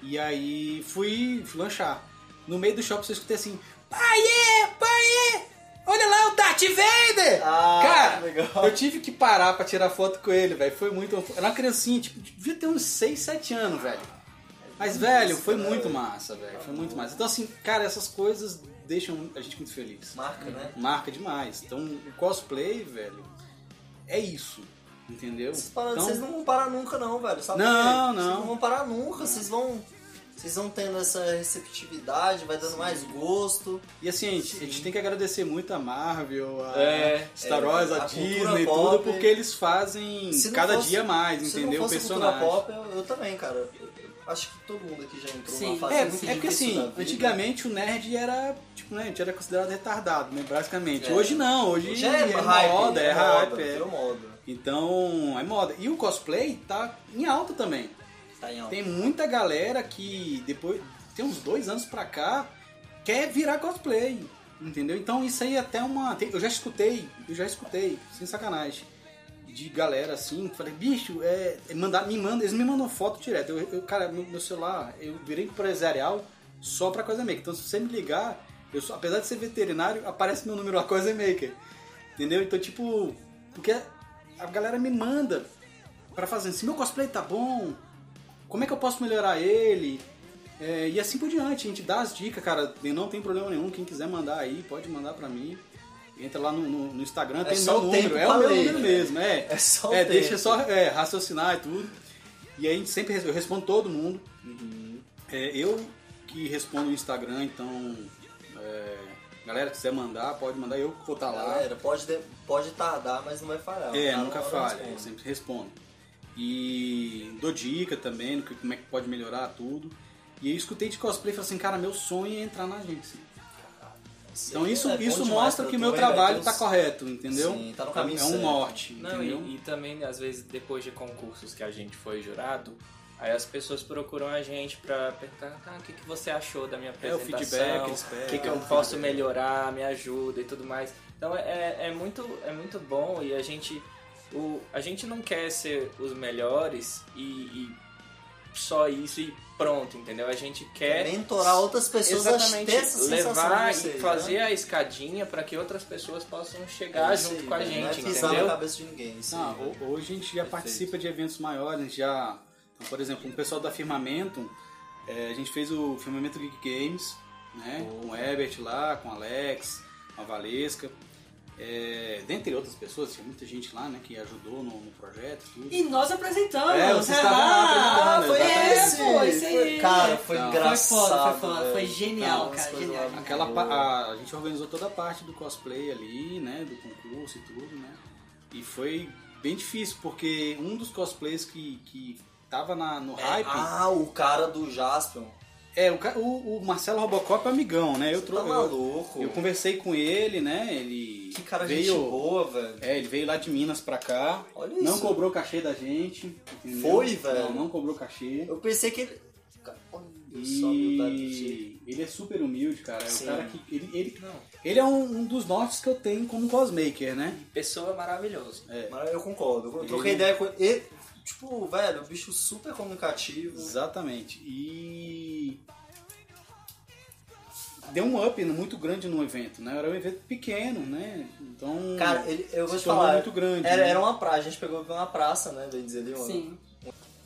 E aí fui, fui lanchar. No meio do shopping eu escutei assim, paiê, paiê! Olha lá o Darth Vader!
Ah,
cara,
que legal.
eu tive que parar pra tirar foto com ele, velho. Foi muito. Era uma criancinha, tipo, devia ter uns 6, 7 anos, velho. Mas, velho, foi muito massa, velho. Foi muito massa. Então, assim, cara, essas coisas deixam a gente muito feliz.
Marca, né?
Marca demais. Então, o cosplay, velho, é isso. Entendeu?
Vocês, param-
Então,
vocês não vão parar nunca, não, velho. Sabe
Não,
por quê? Vocês
não.
não vão parar nunca. Vocês vão. Vocês vão tendo essa receptividade, vai dando mais gosto.
E assim, a gente, a gente tem que agradecer muito a Marvel, a
É,
Star Wars, a,
a cultura
Disney e
pop.
tudo, porque eles fazem
Se não
cada
fosse-
dia mais,
Se
entendeu?
não
O
fosse
personagem.
cultura pop, eu, eu também, cara. Eu- eu Acho que todo mundo aqui já entrou
Sim.
numa fase
É,
muito
é porque
difícil
assim,
da vida.
antigamente o nerd era, tipo, né, a gente era considerado retardado, né, basicamente.
É.
Hoje não, hoje,
Já é,
é
hype,
moda, é
moda,
hype. é.
virou moda.
Então, é moda. E o cosplay tá em alta também.
Tá em alta.
Tem muita galera que depois, tem uns dois anos pra cá, quer virar cosplay, entendeu? Então isso aí é até uma... tem- eu já escutei, eu já escutei, sem sacanagem, de galera assim, que falei, bicho, é, é mandar, me manda, eles me mandam foto direto. Eu, eu- cara, meu, meu celular, eu virei empresarial só pra Coisa Maker. Então se você me ligar, eu sou- apesar de ser veterinário, aparece meu número lá, (laughs) Coisa Maker. Entendeu? Então, tipo, porque a galera me manda pra fazer, se meu cosplay tá bom, como é que eu posso melhorar ele? É, e assim por diante, a gente dá as dicas, cara, e não tem problema nenhum, quem quiser mandar aí, pode mandar pra mim. Entra lá no, no- no Instagram, tem
só
meu
o
número,
tempo
é
pra
o meu
ler,
número
né?
mesmo, é.
(laughs) É só o
É,
tempo.
deixa só é, raciocinar e tudo. E aí a gente sempre res- eu respondo todo mundo.
Uhum.
É, eu que respondo o Instagram, então. É, galera, quiser mandar, pode mandar, eu que vou estar lá.
Galera, pode, de- pode tardar, mas não vai falhar.
É,
Tá na
nunca
hora,
falha,
responde.
eu sempre respondo. E dou dica também, no que- como é que pode melhorar tudo. E eu escutei de cosplay e falei assim, cara, meu sonho é entrar na agência. Então isso,
é bom
isso
demais
mostra
pra
que
tu,
meu
hein,
trabalho
velho?
tá correto, entendeu?
então Sim, tá no caminho
é um
certo.
norte,
Não,
entendeu?
e, e também, às vezes, depois de concursos que a gente foi jurado, aí as pessoas procuram a gente pra perguntar, ah, o que, que você achou da minha
É o
apresentação?
feedback, eles
O
pegam.
que,
né?
que eu posso melhorar, me ajuda e tudo mais. Então é, é muito, é muito bom e a gente, o, a gente não quer ser os melhores e, e só isso e pronto, entendeu? A gente quer
mentorar outras pessoas a
Exatamente,
ter essa sensação
levar
de vocês,
e
né?
fazer a escadinha pra que outras pessoas possam chegar
É isso
junto
aí,
com a
né? Não é
gente,
pisar na
entendeu?
cabeça de ninguém. isso
Não,
aí, né?
ho- hoje a gente já participa de eventos maiores, a gente já. então, por exemplo, o pessoal da Firmamento, eh, a gente fez o Firmamento Geek Games, né? Com o Herbert lá, com o Alex, com a Valesca. eh, dentre outras pessoas, tinha muita gente lá, né, que ajudou no, no projeto e tudo.
E nós apresentamos. né?
É, você estava lá
Ah,
apresentando,
foi
exatamente.
esse, foi isso aí.
Cara, foi
Não.
Foi
engraçado.
foda, foi foda,
velho.
foi genial,
Não,
cara,
as coisas
genial.
lá-
Aquela pa- a, a gente organizou toda a parte do cosplay ali, né? Do concurso e tudo, né? E foi bem difícil, porque um dos cosplays que, que tava na, no hype.
Ah, o cara do Jaspion.
É, o, ca- o- o Marcelo Robocop é amigão, né? Eu,
Você
tro-
tá
eu-
maluco.
eu conversei com ele, né? Ele
Que cara gente
veio,
boa, velho.
É, ele veio lá de Minas pra cá.
Olha
não
isso.
cobrou cachê da gente. entendeu?
Foi, velho?
Não, não cobrou cachê.
Eu pensei que ele... Cara, Olha só a humildade do jeito.
E ele é super humilde, cara. É o
Sim.
cara que. Ele, ele,
Não.
ele é um, um dos nortes que eu tenho como cosmaker, né?
Pessoa maravilhosa.
Mas eu concordo. Eu troquei
Ele-
ideia com ele. Tipo, velho, o bicho super comunicativo.
Exatamente. E. deu um up muito grande no evento, né? Era um evento pequeno, né? Então.
Cara, ele- eu vou
se
te
tornou
falar.
muito grande.
Era,
né?
era um uma praia, a gente pegou uma praça, né? Bem dizer ali, uma-
Sim.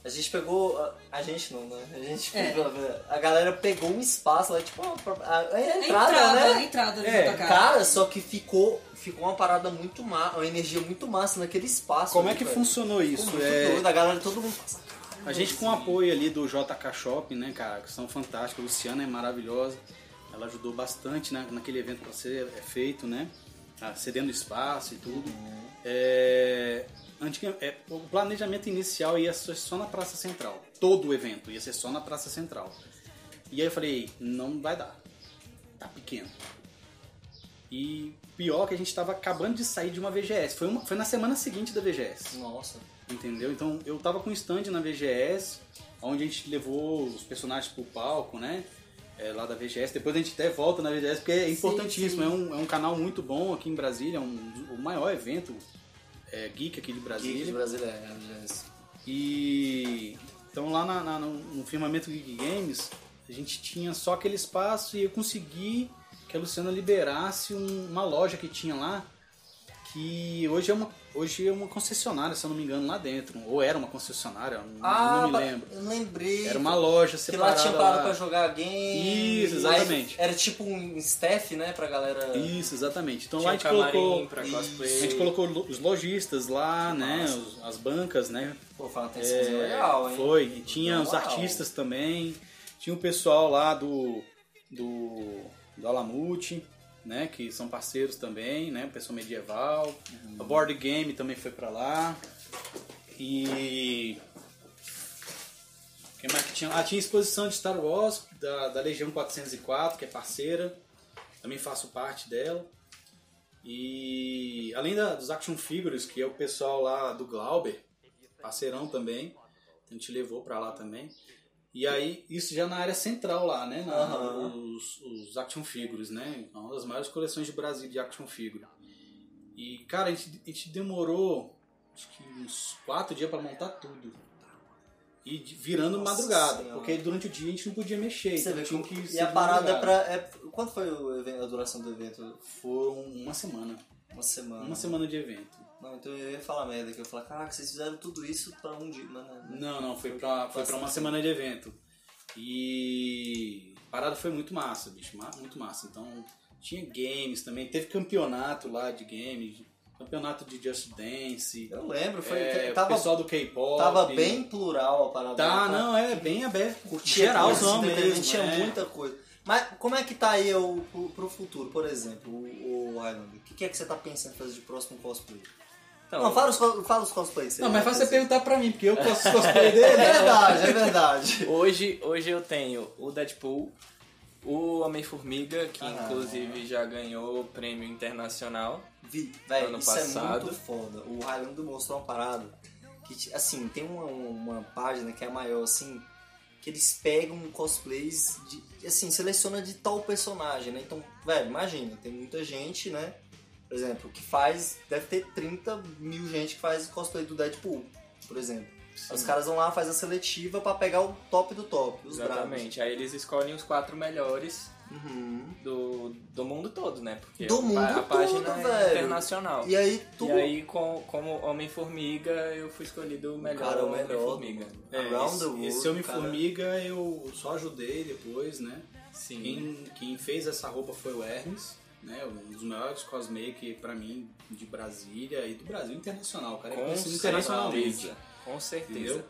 A gente pegou. A, a gente não, né? A gente
É.
pegou. né, A galera pegou um espaço lá, tipo, a, a, a
É
entrada,
entrada,
né?
entrada de
É,
JK.
Cara, só que ficou, ficou uma parada muito massa, uma energia muito massa naquele espaço.
Como é
ali,
que
velho.
funcionou
Ficou
isso?
muito
É,
doido, a galera, todo mundo passa.
A gente com o apoio ali do JK Shopping, né, cara, que são fantásticos. A Luciana é maravilhosa. Ela ajudou bastante na, naquele evento pra ser é feito, né? Ah, Cedendo espaço e tudo. É, antiga- é, o planejamento inicial ia ser só na Praça Central. Todo o evento ia ser só na Praça Central. E aí eu falei, não vai dar. Tá pequeno. E pior que a gente tava acabando de sair de uma VGS. Foi, uma- foi na semana seguinte da VGS.
Nossa.
Entendeu? Então eu tava com um stand na VGS, onde a gente levou os personagens pro palco, né? É, lá da VGS. Depois a gente até volta na VGS, porque é importantíssimo. É, um, é um canal muito bom aqui em Brasília, é um, dos- o maior evento é, geek aqui de Brasília. é,
Geeks brasileiros. né, gente?
E então lá na- na- no, no firmamento Geek Games, a gente tinha só aquele espaço e eu consegui que a Luciana liberasse um- uma loja que tinha lá, que hoje é uma, hoje é uma concessionária, se eu não me engano, lá dentro. Ou era uma concessionária, eu não,
Ah,
não me
ba-
lembro.
Eu lembrei.
Era uma loja
que
separada
lá tinha parado
lá.
pra jogar game.
Isso, exatamente.
Aí era tipo um staff, né, pra galera.
Isso, exatamente. Então lá
Tinha
a
um
gente
camarim
colocou...
pra
Isso.
A
cosplay.
gente colocou lo- os lojistas lá, né?
massa.
os- as bancas, né?
Pô, fala, tem
É,
é... legal, hein?
Foi. E tinha
Legal.
os artistas também. Tinha o pessoal lá do. do. do Alamute, né? Que são parceiros também, né? Pessoal medieval.
Uhum.
A Board Game também foi pra lá. E. Quem mais que tinha? Ah, tinha exposição de Star Wars, da, da Legião 404, que é parceira. Também faço parte dela. E além da- dos action figures, que é o pessoal lá do Glauber, parceirão também, a gente levou pra lá também. E aí, isso já na área central lá, né? Na,
Aham.
os, os action figures, né? Uma das maiores coleções de Brasil de action figure. E, cara, a gente, a gente demorou acho que uns quatro dias pra montar tudo. E de- virando
Nossa
madrugada,
Senhora.
porque durante o dia a gente não podia mexer.
Você
então
vê
tinha
como...
que ser
E a
de
parada
madrugada.
pra. É... Quanto foi o evento- a duração do evento?
Foram uma semana.
Uma semana.
Uma semana de evento.
Não, então eu ia falar merda, que eu ia falar, caraca, vocês fizeram tudo isso pra um dia, mano.
Não, não, foi pra, foi pra uma semana de evento. E a parada foi muito massa, bicho, ma- muito massa. Então tinha games também, teve campeonato lá de games, campeonato de Just Dance,
Eu lembro, foi.
é, o
tava
pessoal do K-pop.
tava bem plural a parada.
Tá,
Tava-
não, é bem aberto,
Curtia
geralzão
coisa, independente,
mesmo.
Tinha
é.
muita coisa. Mas como é que tá aí o, pro, pro futuro, por exemplo, o, o Island? O que, que é que você tá pensando em fazer de próximo cosplay?
Então,
não, fala os, cos- fala os cosplays.
Não, mas
fala
faça você perguntar pra mim, porque
(laughs)
eu posso cosplay dele.
É verdade, é verdade.
Hoje, hoje eu tenho o Deadpool, o Homem-Formiga, que
Ah.
inclusive já ganhou o prêmio internacional.
Vi, velho,
Ano
isso é
passado.
muito foda. O Highlander mostrou uma parada que, ti- assim, tem uma, uma página que é a maior, assim, que eles pegam cosplays de, assim, seleciona de tal personagem, né? Então, velho, imagina, tem muita gente, né? Por exemplo, que faz, deve ter 30 mil gente que faz cosplay do Deadpool, por exemplo. Aí Os caras vão lá, faz a seletiva pra pegar o top do top, os bravos.
Exatamente. Aí eles escolhem os quatro melhores
Uhum.
do, do mundo todo, né? Porque
Do
a,
mundo
a página
todo,
é
velho.
internacional.
E é aí, tu...
E aí, com, como Homem-Formiga, eu fui escolhido o melhor
cara é o melhor
Homem-Formiga.
do mundo.
É,
Around
esse,
the world,
esse Homem
cara.
Formiga eu só ajudei depois, né?
Sim.
Quem, quem fez essa roupa foi o Hermes, né? Um dos maiores cosmakers pra mim de Brasília e do Brasil internacional, cara. É
Com
conhecido internacionalmente.
certeza. Com certeza.
Entendeu?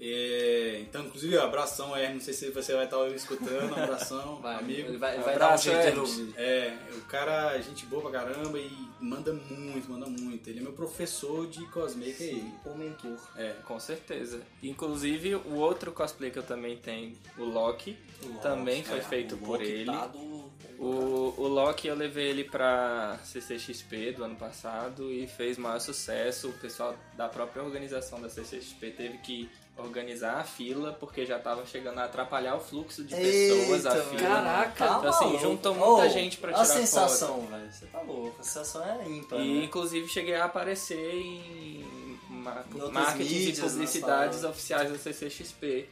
É, então, inclusive, abração, Hermes. Não sei se você vai estar escutando. um Abração, amigo.
Ele (laughs) vai, ele vai dar um
Abraço,
jeito de
Hermes.
ouvir.
É, o cara, é gente boa pra caramba e manda muito, manda muito. Ele é meu professor de cosmaker, é ele.
O mentor.
É.
Com certeza. Inclusive, o outro cosplay que eu também tenho, o Loki, também foi
é,
feito
o
por
Loki
ele.
Tá do-
O, o Loki eu levei ele pra CCXP do ano passado e fez maior sucesso. O pessoal da própria organização da CCXP teve que organizar a fila porque já tava chegando a atrapalhar o fluxo de pessoas a
Eita,
fila.
Caraca,
Então, assim,
tá maluco.
juntou muita
Oh,
gente pra
A
tirar
sensação, velho. Você tá louco. A sensação é ímpar.
E
né?
inclusive cheguei a aparecer em ma-
outras
marketing
mídias, né,
e
nas
publicidades
paradas.
oficiais da CCXP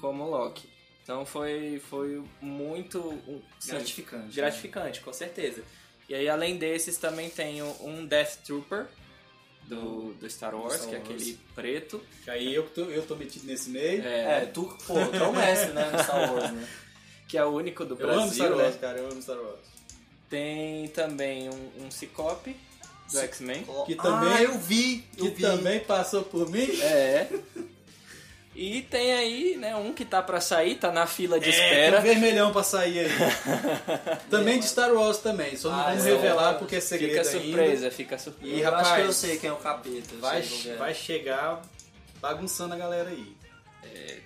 como Loki. Então foi, foi muito um- sim,
Gratificante. né?
gratificante, com certeza. E aí, além desses, também tem um- um Death Trooper do, do Star Wars,
Star
que é
Wars.
aquele preto.
Que aí eu que tô, eu tô metido nesse meio.
É,
É, tu, pô, tu é o mestre, né, no Star Wars,
(laughs)
né?
Que é o único do
eu amo
Brasil.
Star
né?
Wars, cara, eu amo Star Wars.
Tem também um, um Ciclope do X-Men.
Que também-
Ah, eu vi, eu
Que
vi.
também passou por mim.
É. E tem aí, né, um que tá pra sair, tá na fila
É,
de
Era
espera.
É, vermelhão pra sair aí. (laughs) também de Star Wars também, só não
Ah,
vamos
é.
revelar porque é segredo
Fica
ainda.
surpresa, fica surpresa.
E,
eu acho que
rapaz,
eu sei quem é o capeta. eu
Vai,
sei quem é.
vai chegar bagunçando a galera aí.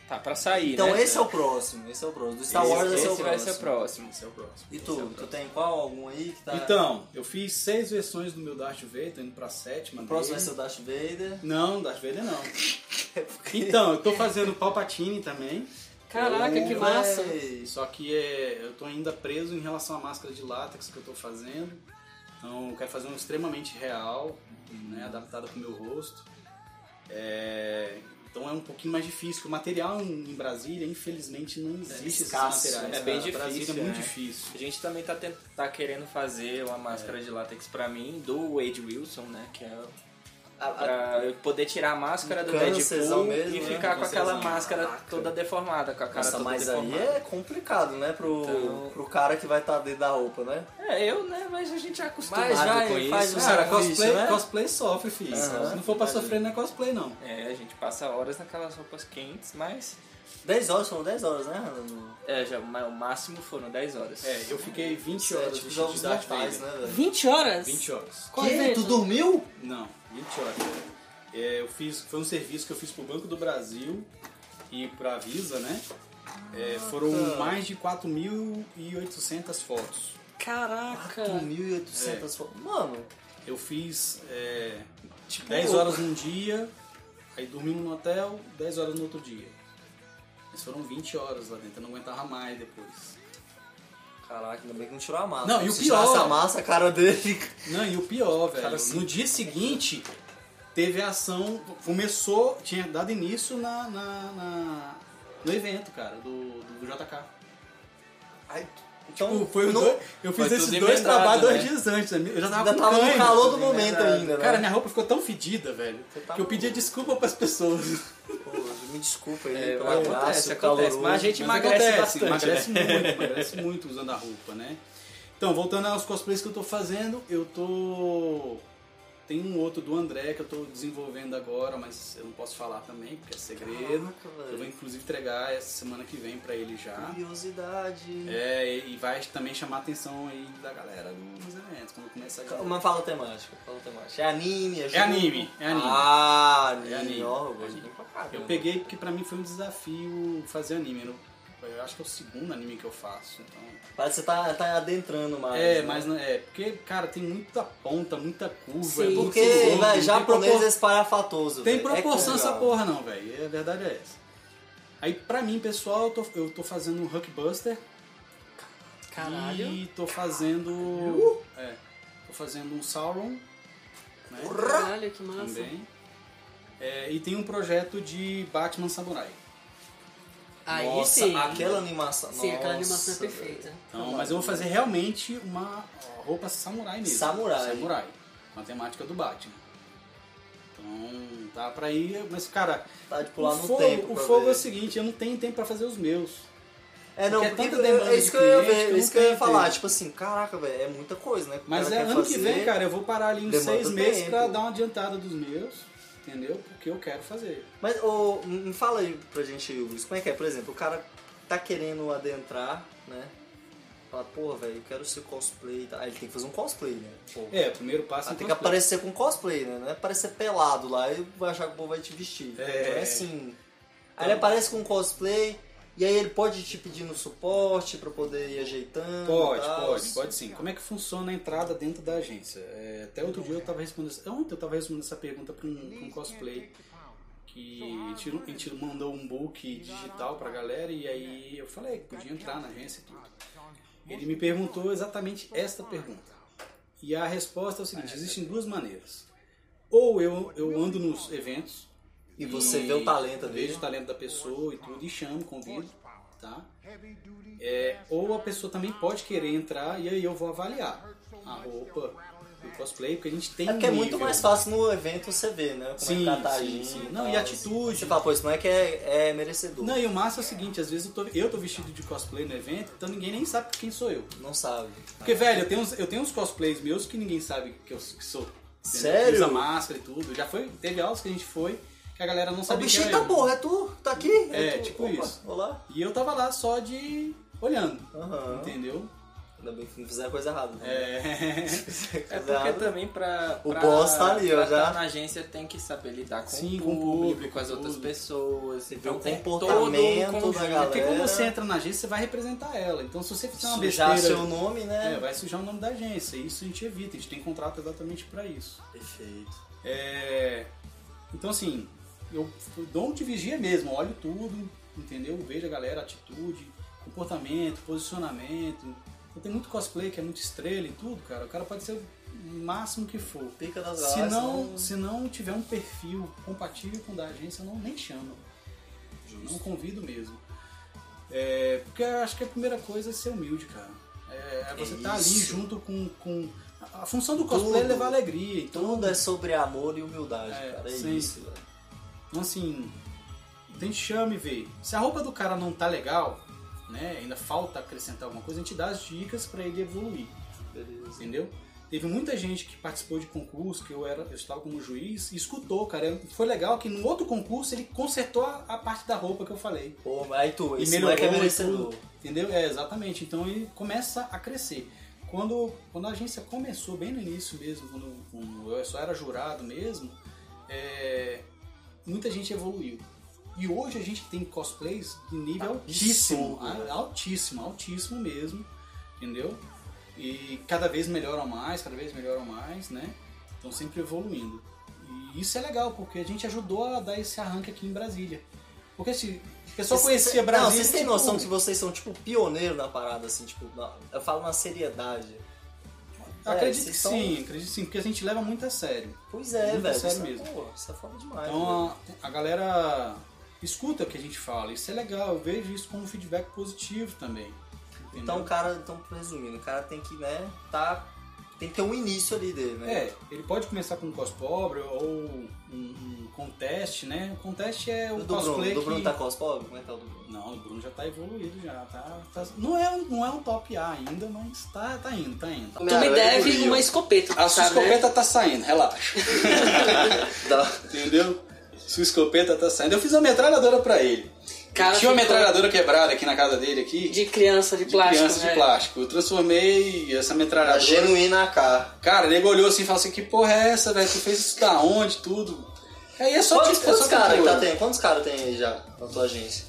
Tá pra sair,
Então
né?
esse é o próximo, esse é o próximo. Do Star
Esse-
Wars esse, é o
esse vai ser o
próximo.
próximo.
Esse é o próximo.
E tu, tu tem qual? Algum aí que tá...
Então, eu fiz seis versões do meu Darth Vader, tô indo pra sétima.
o próximo vai ser
dele.
o É Darth Vader.
Não, Darth
(laughs)
Vader não. Então, eu tô fazendo Palpatine também.
Caraca, que
Ou
massa!
vai-
Só que é, eu tô ainda preso em relação à máscara de látex que eu tô fazendo. Então eu quero fazer um extremamente real, né, adaptado pro meu rosto. É, então é um pouquinho mais difícil. O material em em Brasília, infelizmente, não existe
É escasso, né?
esses materiais.
é bem
cara. Brasília
difícil,
é muito
né?
difícil.
A gente também tá, tent- tá querendo fazer uma máscara de látex pra mim, do Wade Wilson, né? Que é
A- a-
pra eu poder tirar a máscara do
Câncerzão
Deadpool
mesmo,
e
né?
ficar com aquela
Câncerzão.
máscara
Caraca.
toda deformada, com a cara
Nossa,
toda
mas aí
deformada.
é complicado, né? Pro,
Então-
pro cara que vai estar dentro da roupa, né?
É, eu, né? Mas a gente é acostumado
Mas vai,
com
faz
isso.
um
Cara,
serviço,
cosplay,
né?
cosplay sofre, filho.
Aham.
Se não for pra sofrer, não é cosplay, não.
É, a gente passa horas naquelas roupas quentes, mas...
10 horas, foram 10 horas, né, Renan?
É, já, ma- o máximo foram 10 horas.
É, eu fiquei 20
É
horas
tipo
vestido
jogos
de Darth
mortais,
Vader.
né, velho?
20 horas?
20 horas.
Qual é
Tu
mesmo?
dormiu?
Não, 20 horas. É, eu fiz, foi um serviço que eu fiz pro Banco do Brasil e pra Visa, né? É, foram mais de 4.800 fotos.
Caraca.
4.800 fotos. Mano,
Eu fiz é, 10 horas num dia, aí dormimos no hotel, 10 horas no outro dia. Mas foram 20 horas lá dentro, eu não aguentava mais depois.
caraca, ainda bem que não tirou a massa.
Não, e o
Se
pior-
tirasse a massa, a cara dele fica...
Não, e o pior, velho,
Cara, assim-
no dia seguinte teve a ação, começou, tinha dado início na, na- na- no evento, cara, do, do JK.
Ai, então,
Tipo, foi o
não-
dois- eu
foi
fiz esses
tudo
dois
emendado,
trabalhos dois
né?
dias antes. né? Eu já tava
Ainda
com
tava no
cãibra.
calor do momento ainda, né?
Cara, minha roupa ficou tão fedida, velho,
tá
que eu
maluco.
pedia desculpa pras pessoas.
Pô, me desculpa aí
É,
pelo
acontece,
abraço,
acontece,
caloroso.
mas a gente-
Mas
emagrece
acontece, Emagrece
bastante, né?
né? muito,
(laughs)
emagrece muito usando a roupa, né? Então, voltando aos cosplays que eu tô fazendo, eu tô... Tem um outro do André que eu tô desenvolvendo agora, mas eu não posso falar também, porque é segredo.
Caraca,
Eu vou
velho.
inclusive entregar essa semana que vem pra ele já.
Curiosidade.
É, e e vai também chamar a atenção aí da galera dos eventos, quando começar a
Uma fala temática, fala temática. É anime, é jogo?
É anime, é anime.
Ah, anime.
É anime.
Ó, eu gosto de anime pra caramba.
Eu peguei porque pra mim foi um desafio fazer anime. Eu, eu acho que é o segundo anime que eu faço, então...
Parece que você tá, tá adentrando mais.
É,
né?
mas não- é, porque, cara, tem muita ponta, muita curva.
Sim.
é muito
Porque,
louco,
velho,
tem
japonês é
propor-
esparafatoso.
Tem
velho. É
proporção essa
cultural.
porra não, velho. A verdade é essa. Aí, pra mim, pessoal, eu tô, eu tô fazendo um Huckbuster.
Caralho.
E tô fazendo... É, tô fazendo um Sauron. Né?
Caralho, que massa.
Também. É, e tem um projeto de Batman Samurai.
Aí
Nossa,
sim.
aquela animação.
Sim, aquela
nossa,
animação é
velho.
perfeita.
Então, mas eu vou fazer realmente uma roupa samurai mesmo.
Samurai.
Samurai. Matemática do Batman. Então, dá pra ir. Mas, cara,
Tá de pular
o
no
fogo,
tempo.
o
pra
fogo
ver.
é o seguinte, eu não tenho tempo pra fazer os meus.
É, não,
porque é
porque
tanta
eu-
demanda
é isso
de
que eu ia
cliente que
ver, é
não
isso que eu ia
tem
falar.
tempo.
Tipo assim, caraca, velho, é muita coisa, né? que o
Mas
cara
é
quer
ano que
fazer.
vem, cara, eu vou parar ali uns
demanda
seis meses
tempo.
pra dar uma adiantada dos meus. Entendeu? Porque eu quero fazer.
Mas ô, me fala aí pra gente, Luiz, como é que é? Por exemplo, o cara tá querendo adentrar, né? Fala, porra, velho, eu quero ser cosplay. e tal. Aí ele tem que fazer um cosplay, né? Pô,
É, o primeiro passo
Ela
é
Ah, tem que
cosplay.
aparecer com cosplay, né? Não é aparecer pelado lá e vai achar que o povo vai te vestir.
É. Então
Não é assim. Aí ele aparece com cosplay e aí ele pode te pedir no suporte pra poder ir ajeitando.
Pode,
tal. assim,
pode, pode sim. Como é que funciona a entrada dentro da agência? É, até outro dia eu tava respondendo. é, Ontem eu tava respondendo essa pergunta pra um, pra um cosplay que a gente, a gente mandou um book digital pra galera e aí eu falei que podia entrar na agência e tudo. Ele me perguntou exatamente esta pergunta. E a resposta é o seguinte: existem duas maneiras. Ou eu, eu ando nos eventos,
E você vê o talento
vejo
dele.
o talento da pessoa e tudo, e chamo, convido. tá? É, ou a pessoa também pode querer entrar e aí eu vou avaliar a roupa, o cosplay, porque a gente tem
É porque é
um
muito
nível.
mais fácil no evento você ver, né? Como
Sim,
é que tá a
sim,
gente,
sim.
tal,
Não, e a
assim.
atitude.
Você fala, pô, esse moleque é, é merecedor.
Não,
Não,
e o massa é o seguinte, às vezes eu tô, eu tô vestido de cosplay no evento, então ninguém nem sabe quem sou eu.
sabe.
Porque, velho, eu tenho uns, eu tenho uns cosplays meus que ninguém sabe que eu que sou. entendeu?
Sério?
Usa máscara e tudo. Já foi, teve aulas que a gente foi, que a galera não
O
sabia
bichinho
quem era
tá
eu.
porra, é tu? Tá aqui?
É,
tu?
tipo
Opa,
isso.
Olá.
E eu tava lá só de... olhando,
Aham.
entendeu?
Ainda bem que não fizer coisa errada. né? (laughs)
É... tá-
É porque também pra,
O
pra-
boss tá ali,
pra
ó, já.
estar na agência tem que saber lidar com
Sim,
o
com o
público,
público,
com as
tudo.
outras pessoas.
Você vê
então
o
tem
É um comportamento
todo um
da
conjunto.
É porque quando
Galera.
você entra na agência, você vai representar ela. Então se você fizer uma
Sujar
besteira...
seu nome, né?
É, vai sujar o nome da agência. Isso a gente evita, a gente tem contrato exatamente pra isso.
Perfeito.
É, Então, assim, eu eu dou um de vigia mesmo, olho tudo, entendeu? Vejo a galera, atitude, comportamento, posicionamento. Eu tenho muito cosplay que é muito estrela e tudo, cara. O cara pode ser o máximo que for.
Pica das
Se
galáxias,
não,
né?
se não tiver um perfil compatível com o da agência, eu não nem chamo. Não convido mesmo. É, porque eu acho que a primeira coisa é ser humilde, cara. É, é você
É
estar tá ali
isso.
junto com. com... A a função do cosplay é
Tudo.
levar alegria, então
Tudo é sobre amor e humildade,
É,
cara. É
sim.
isso, velho.
Então assim, a gente chama e vê. Se a roupa do cara não tá legal, né? Ainda falta acrescentar alguma coisa, a gente dá as dicas pra ele evoluir,
Beleza.
entendeu? Teve muita gente que participou de concurso, que eu era, eu estava como juiz, e escutou, cara. Foi legal que no outro concurso ele consertou a, a parte da roupa que eu falei.
Pô, mas aí tu,
E
esse
melhorou
moleque
tipo,
é
e
merecedor.
Entendeu? É, exatamente. Então ele começa a crescer. Quando, quando a agência começou, bem no início mesmo, quando, quando eu só era jurado mesmo, é, muita gente evoluiu. E hoje a gente tem cosplays de nível altíssimo,
Altíssimo,
a-
né?
altíssimo, altíssimo mesmo, entendeu? E cada vez melhoram mais, cada vez melhoram mais, né? Estão sempre evoluindo. E isso é legal, porque a gente ajudou a dar esse arranque aqui em Brasília. Porque se o pessoal
Vocês-
conhecia Brasília...
Não, vocês têm
tipo,
noção que vocês são, tipo, pioneiro na parada, assim, tipo, na- eu falo na seriedade.
Eu
É,
acredito
vocês
que
são-
sim, acredito que sim, porque a gente leva muito a sério.
Pois é,
Muito
velho.
sério
isso, é-
mesmo.
Pô, isso é foda demais. velho.
Então a, a galera escuta o que a gente fala, isso é legal, eu vejo isso como um feedback positivo também. entendeu?
Então o cara, então resumindo, o cara tem que, né, tá. Tem que ter um início ali dele, né?
É, ele pode começar com um cos pobre ou um, um contest, né? O contest é
O
o
do Bruno,
cosplay
do Bruno
que...
tá cospobre? Como é que tá o do Bruno?
Não, o Bruno já tá evoluído já, tá... tá- Não, é, um- não é um top A ainda, mas tá, tá indo, tá indo.
Tu me deve uma escopeta,
A sua
sabe? né?
escopeta tá saindo, relaxa.
Tá,
Entendeu? Sua escopeta tá saindo. Eu fiz uma metralhadora pra ele.
Cara,
Tinha uma
ficou
metralhadora quebrada aqui na casa dele aqui.
De criança de plástico,
criança de
né?
plástico. Eu transformei essa
Tá
metralhadora.
genuína AK.
Cara, ele olhou assim e falou assim, que porra é essa, velho? Tu fez isso da onde, tudo? Aí é só
Quantos,
tipo, é só
quantos caras que
pintura.
tá tendo? Quantos caras tem aí já na tua agência?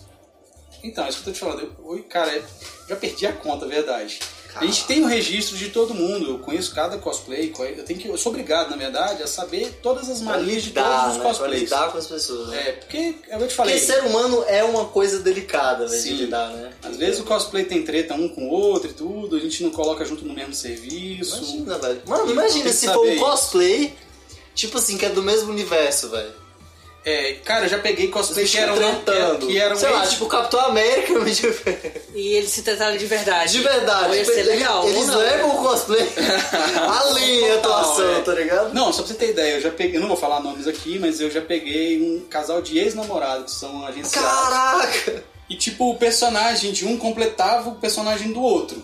Então, é isso que eu tô te falando. Eu, oi, cara, eu já perdi a conta, verdade. A
Cara.
gente tem o registro de todo mundo. Eu conheço cada cosplay. co- Eu, tenho que, eu sou obrigado, na verdade, a saber todas as
Pra
manias de
lidar,
todos os
né? Pra
cosplays.
lidar com as pessoas, né?
É, porque é o que eu te
Porque
falei.
ser humano é uma coisa delicada, velho, de
Sim.
lidar, né?
Às vezes o cosplay tem treta um com o outro e tudo, a gente não coloca junto no mesmo serviço.
Imagina, velho. Mano,
Tem
imagina
que
se for um
saber.
cosplay, tipo assim, que é do mesmo universo, velho.
É, cara, eu já peguei cosplay
Vocês
que eram, é,
tretando.
que eram
Sei lá,
ex-
tipo Capitão América, (laughs) mas tipo, de verdade.
E eles se trataram de verdade.
De verdade.
Então ia
tipo,
ser
ele-
legal.
Eles
ou não,
levam o (laughs) cosplay além da
Total,
atuação,
é.
tá ligado?
Não, só pra você ter ideia, eu já peguei, eu não vou falar nomes aqui, mas eu já peguei um casal de ex-namorados que são agenciados.
Caraca!
E tipo, o personagem de um completava o personagem do outro.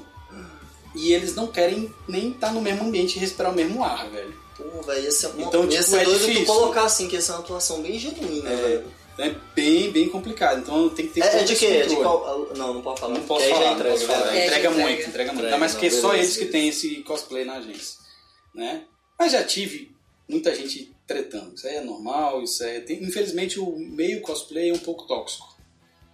E eles não querem nem estar no mesmo ambiente e respirar o mesmo ar, velho.
Pô, velho, ia ser,
Então,
ia
tipo,
ser
é
doido
difícil.
tu colocar assim, que ia ser uma atuação bem genuína,
É,
velho.
Então é bem, bem complicado. Então tem que ter
É, é
todo
de
esse
quê? É de
controle.
qual... ah, Não, não pode falar.
Não
porque
posso
aí
falar,
já
não posso falar.
entrega,
É,
Entrega,
né?
já
muito,
entrega.
entrega, muito.
Entrega,
Ainda mais
não,
que só
beleza,
eles que
beleza.
têm esse cosplay na agência, né? Mas já tive muita gente tretando. Isso aí é normal, isso aí... Tem... Infelizmente, o meio cosplay é um pouco tóxico,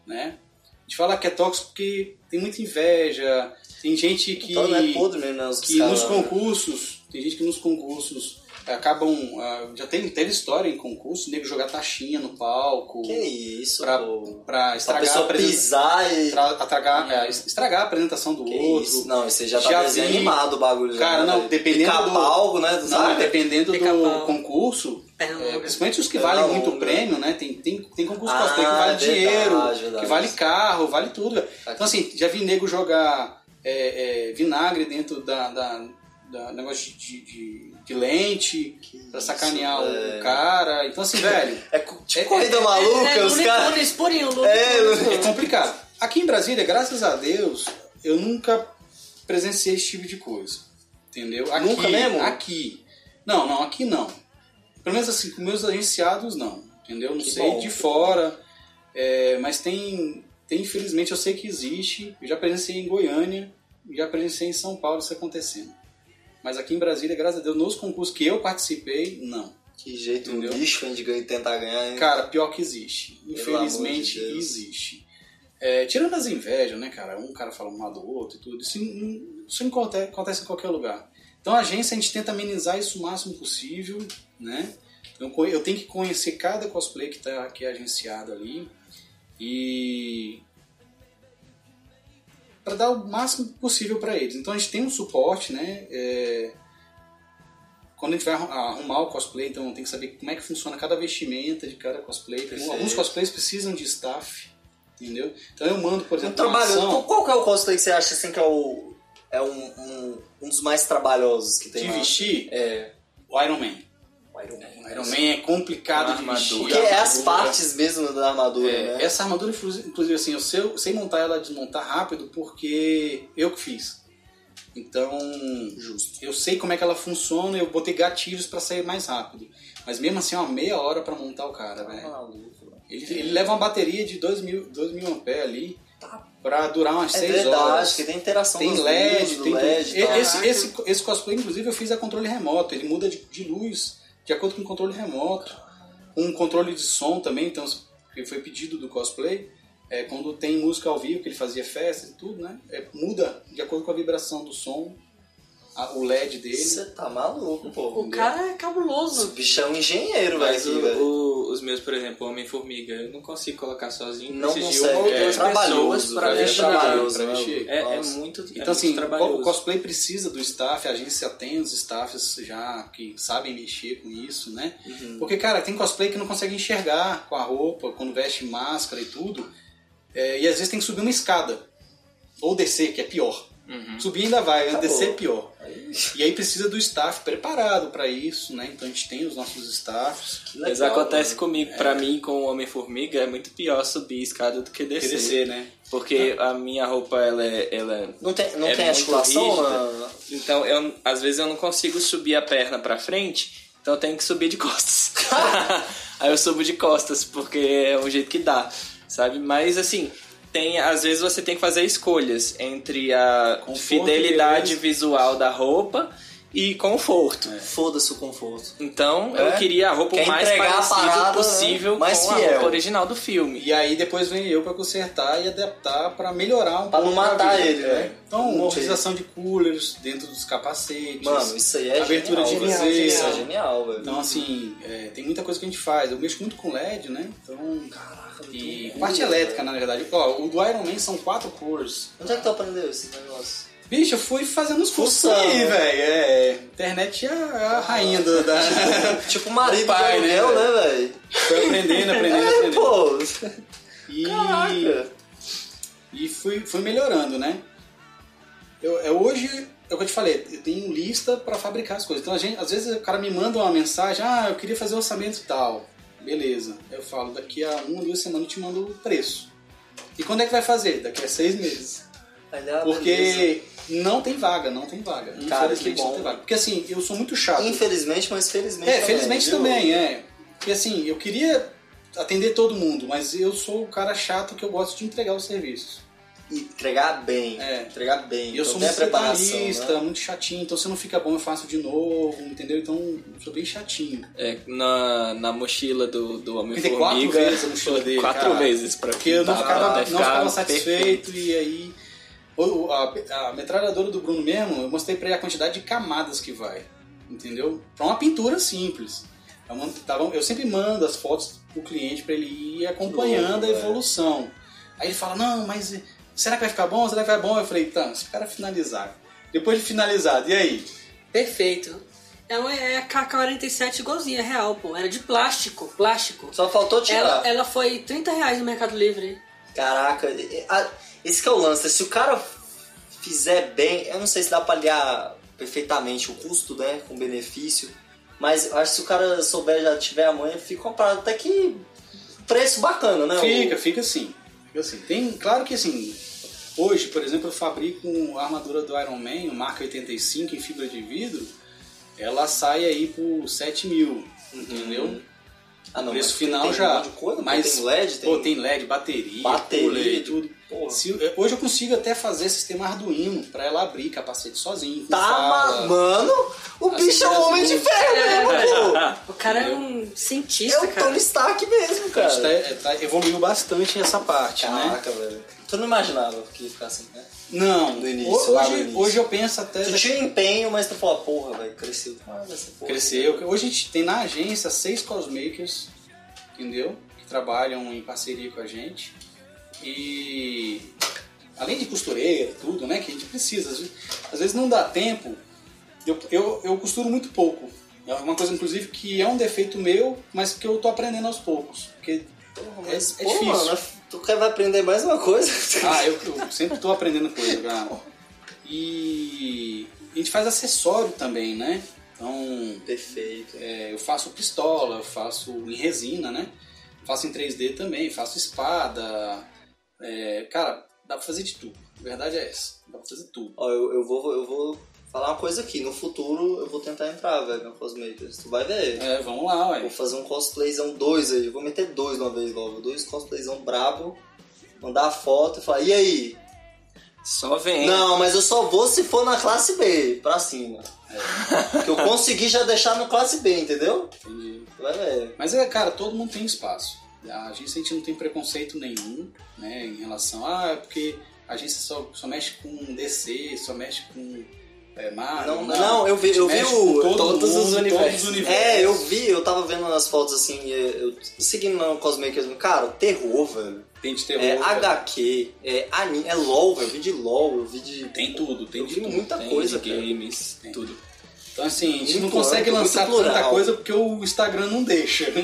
né? A gente fala que é tóxico porque tem muita inveja, tem gente que
Então não é podre mesmo, né? Os
que
caras,
nos
né?
concursos, tem gente que nos concursos acabam. ah, já teve, teve história em concurso, nego jogar taxinha no palco
Que isso,
pra,
pô.
pra
A
estragar
pessoa
apresenta-
pisar e...
tra- atragar- é, estragar a apresentação do
Que
outro.
isso? Não, isso aí já tá
Já vi.
desanimado o bagulho. já,
Cara,
né,
não,
velho?
dependendo
Picar
do-
palco, né?
Não,
sabe?
dependendo do
Pica-pau.
concurso, é, Principalmente os que valem
Pega
muito
é onda.
prêmio, né? Tem, tem, tem concurso
Ah,
cosplay que vale
verdade,
dinheiro,
verdade.
que vale carro, vale tudo. velho. Então, assim, já vi nego jogar é, é, vinagre dentro da, da, da negócio de, de, de lente pra sacanear
isso,
o
velho.
cara. Então, assim, velho,
É co- tipo
É-
corrida maluca,
é,
os caras.
Lunes, purinho,
É, Lunes.
é complicado. Aqui em Brasília, graças a Deus, eu nunca presenciei esse tipo de coisa. Entendeu? Aqui,
Nunca mesmo?
Aqui. Não, não, aqui não. Pelo menos assim, com meus agenciados, não. Entendeu? Não
Que
sei
bom.
de fora. é, mas tem, tem, infelizmente, eu sei que existe. Eu já presenciei em Goiânia, já presenciei em São Paulo isso acontecendo. Mas aqui em Brasília, graças a Deus, nos concursos que eu participei, não.
Que jeito um
Entendeu?
bicho a gente ganha- tentar ganhar, hein?
Cara, pior que existe. Infelizmente
É. amor de Deus.
existe. É, tirando as invejas, né, cara? Um cara fala mal do outro e tudo. Isso, não- isso não aconte- acontece em qualquer lugar. Então a agência a gente tenta amenizar isso o máximo possível, né? Então co- eu tenho que conhecer cada cosplay que, tá, que é agenciado ali. E. Pra dar o máximo possível pra eles. Então a gente tem um suporte, né? É, quando a gente vai arru- arrumar o cosplay, então tem que saber como é que funciona cada vestimenta de cada cosplay. Tem
Perfeito.
alguns cosplays precisam de staff, entendeu? Então eu mando, por
Um
exemplo, uma
trabalho.
ação
Qual- Qual que é o cosplay que você acha assim que é o. É um, um, um dos mais trabalhosos que tem
de
lá?
vestir
É.
o Iron Man.
o Iron
O
Man. assim.
Iron Man é complicado de
Uma
vestir.
Porque
armadura.
a
é as
armadura.
partes mesmo da armadura,
É,
né?
Essa armadura, inclusi- inclusive, assim, eu sei, eu sei montar ela, desmontar rápido, porque eu que fiz. Então, justo. Eu sei como é que ela funciona, eu botei gatilhos pra sair mais rápido. Mas mesmo assim, é uma meia hora pra montar o cara,
Tá
velho.
maluco, mano.
Ele, ele leva uma bateria de 2 mil, 2 mil ampere ali pra durar umas
É
6
verdade,
horas.
que tem interação
Tem
dos
LED,
mundos,
tem
do LED. tá?
tudo.
e tal.
E- esse, esse, esse cosplay, inclusive, eu fiz a controle remoto. Ele muda de, de luz de acordo com o controle remoto. Um controle de som também, então, que foi pedido do cosplay. É, quando tem música ao vivo, que ele fazia festas e tudo, né? É, muda de acordo com a vibração do som, a- o LED dele.
Você tá maluco, pô.
O cara é cabuloso.
Esse bicho é um engenheiro, velho.
Mas
aqui,
o-
velho.
o- os meus, por exemplo, Homem-Formiga, eu não consigo colocar sozinho.
Não
preciso de
consegue,
uma ou
é
duas pessoas
trabalhoso,
pra
velho, é
mexer.
trabalhoso. né?
pra mexer.
É, é
Nossa.
muito, é
Então,
muito
assim, o
trabalhoso.
cosplay precisa do staff, a agência tem os staffs já que sabem mexer com isso, né?
Uhum.
Porque, cara, tem cosplay que não consegue enxergar com a roupa, quando veste máscara e tudo. É, e às vezes tem que subir uma escada. Ou descer, que é pior.
Uhum.
Subir ainda vai,
Tá
descer
bom.
é pior. E aí precisa do staff preparado pra isso, né? Então a gente tem os nossos staffs.
Que
Mas
legal, né?
acontece
mano.
comigo, pra mim, com o Homem-Formiga, é muito pior subir escada do que
Que
descer.
descer, né?
Porque
Tá.
a minha roupa, ela é- Ela é
Não tem, não
é
tem
muito
articulação?
rígida.
ah,
Então, eu, às vezes eu não consigo subir a perna pra frente, então eu tenho que subir
(laughs)
de costas. Aí eu subo de costas, porque é o jeito que dá, sabe? Mas assim, tem, às vezes você tem que fazer escolhas entre a
Conforto,
fidelidade
beleza.
visual da roupa e conforto.
Foda-se o conforto.
Então,
É.
eu queria a roupa
Quer
o mais
entregar a
parecida
parada, né?
possível
Mais
com a
fiel.
roupa original do filme.
E aí depois vem eu pra consertar e adaptar pra melhorar um
Pra não
pouco. a
matar
vida.
ele,
É.
né?
Então,
Morrer.
utilização de coolers dentro dos capacetes.
Mano, isso aí é genial,
Abertura de
velho.
viseira.
Isso é genial, velho.
Então, assim, é, tem muita coisa que a gente faz. Eu mexo muito com LED, né? Então,
Caraca, muito
e
bom,
parte
velho.
elétrica, na verdade. Ó, o do Iron Man são quatro cores.
Onde é que tu aprendeu esse negócio?
Bicho, eu fui fazendo os cursos
Fuçando,
aí,
né?
velho. É, internet é a, é a rainha do, da... (laughs)
Tipo o marido
O pai,
do aluguel,
né,
né, velho?
Foi aprendendo, aprendendo,
(laughs) É,
aprendendo.
pô.
E,
Caraca.
e fui, fui melhorando, né? Eu, é hoje, é o que eu te falei, eu tenho lista pra fabricar as coisas. Então, a gente, às vezes o cara me manda uma mensagem, ah, eu queria fazer o orçamento tal. Beleza. Eu falo, daqui a uma, duas semanas eu te mando o preço. E quando é que vai fazer? Daqui a seis meses.
Olha, é Tá beleza.
Porque não tem vaga, não tem vaga.
Cara,
Infelizmente
que bom.
não tem vaga. Porque assim, eu sou muito chato.
Infelizmente, mas felizmente
É, felizmente
viu?
também, é. Porque assim, eu queria atender todo mundo, mas eu sou o cara chato que eu gosto de entregar os serviços.
E entregar bem.
É.
Entregar bem.
E eu
então
sou
tem a
muito
preparação,
detalhista,
né?
muito chatinho, então se não fica bom eu faço de novo, entendeu? Então eu sou bem chatinho.
É, na, na mochila do, do
Pintei quatro
Homem-Formiga,
vezes a mochila dele.
quatro
cara.
vezes pra
Porque eu não
pintar,
ficava,
até
não
Tá, ficar
ficava
perfeito.
satisfeito e aí. ou A, a metralhadora do Bruno mesmo, eu mostrei pra ele a quantidade de camadas que vai. Entendeu? Pra uma pintura simples. É Eu, man- tava- eu sempre mando as fotos pro cliente pra ele ir acompanhando
louco,
a
é.
velho.
evolução. Aí ele fala, não, mas eh, será que vai ficar bom? Será que vai bom? Eu falei, tá, se o cara finalizar. Depois de finalizado, e aí?
Perfeito. É, uma- é a K47 igualzinha, é real, pô. Era de plástico, plástico.
Só faltou tirar.
Ela, ela foi 30 reais no Mercado Livre.
Caraca, e- a- esse que é o lance. Se o cara fizer bem, eu não sei se dá pra aliar perfeitamente o custo, né, com o benefício. Mas eu acho que se o cara souber já tiver a manha, fica uma parada até que preço bacana, né?
Fica, fica assim. Fica assim. Tem, claro que assim, hoje, por exemplo, eu fabrico a armadura do Iron Man, marca 85 em fibra de vidro, ela sai aí por 7 mil, entendeu?
Ah, não,
Preço
mas
final
tem
já.
Um monte de coisa,
Mas,
tem LED, tem.
Pô, tem LED, bateria,
Bateria,
cooler, tudo.
Porra.
Se- é, hoje eu consigo até fazer sistema Arduino pra ela abrir capacete sozinho. com
Tá,
fala.
ma- mano, o
Assim,
bicho é um
Brasil.
homem de ferro mesmo, pô.
O cara é um
É
cientista,
o
cara.
Tony Stark mesmo,
A gente
cara.
tá, tá- evoluiu bastante essa parte, né?
Caraca, velho. Tu não imaginava que ia ficar assim, né?
Não,
Do início,
ho-
lá do
hoje,
início.
hoje eu penso até...
Tu tinha um empenho, mas tu falou, porra, velho, cresceu demais essa porra.
Cresceu. Hoje a gente tem na agência seis cosmakers, entendeu? Que trabalham em parceria com a gente. E além de costureira, tudo, né? Que a gente precisa. Às vezes- Às vezes não dá tempo. Eu, eu, eu costuro muito pouco. É uma coisa, inclusive, que é um defeito meu, mas que eu tô aprendendo aos poucos. Porque,
Porra,
É- é difícil.
mano, tu quer vai aprender mais uma coisa? (laughs)
ah, eu, eu sempre tô aprendendo coisa, cara. E a gente faz acessório também, né? Então,
Perfeito.
É, eu faço pistola, eu faço em resina, né? Faço em 3D também, faço espada. É, cara, dá pra fazer de tudo. A verdade é essa. Dá pra fazer tudo.
Ó, eu, eu vou, eu vou falar uma coisa aqui. No futuro, eu vou tentar entrar, velho, na Cosmakers. Tu vai ver.
É, vamos lá,
Vou
ué.
fazer um cosplayzão dois aí. Vou meter dois de uma vez logo. Dois cosplayzão brabo. Mandar a foto e falar, e aí?
Só vem.
Não, mas eu só vou se for na classe B, pra cima. Que eu consegui já deixar no classe B, entendeu?
Entendi.
Vai ver.
Mas é, cara, todo mundo tem espaço. A agência a gente não tem preconceito nenhum, né? Em relação a. Ah, é porque a agência só, só mexe com DC, só mexe com. É, Marvel.
Não, não, eu vi, eu vi
Mexe
o-
com todo
todos
mundo,
os universos.
todos os universos.
É, eu vi, eu tava vendo as fotos assim, e eu, seguindo o Cosmakers, cara, terror, velho.
Tem de terror.
É
cara.
HQ, é anime, é LOL, velho, eu vi de LOL, eu vi de.
Tem tudo, tem
Eu
de
vi
tudo.
muita
tem
coisa,
de
cara.
games,
Tem.
tudo. Então assim, a gente não
Muito
consegue
amplo,
lançar
muito
tanta
plural.
coisa porque o Instagram não deixa. (laughs)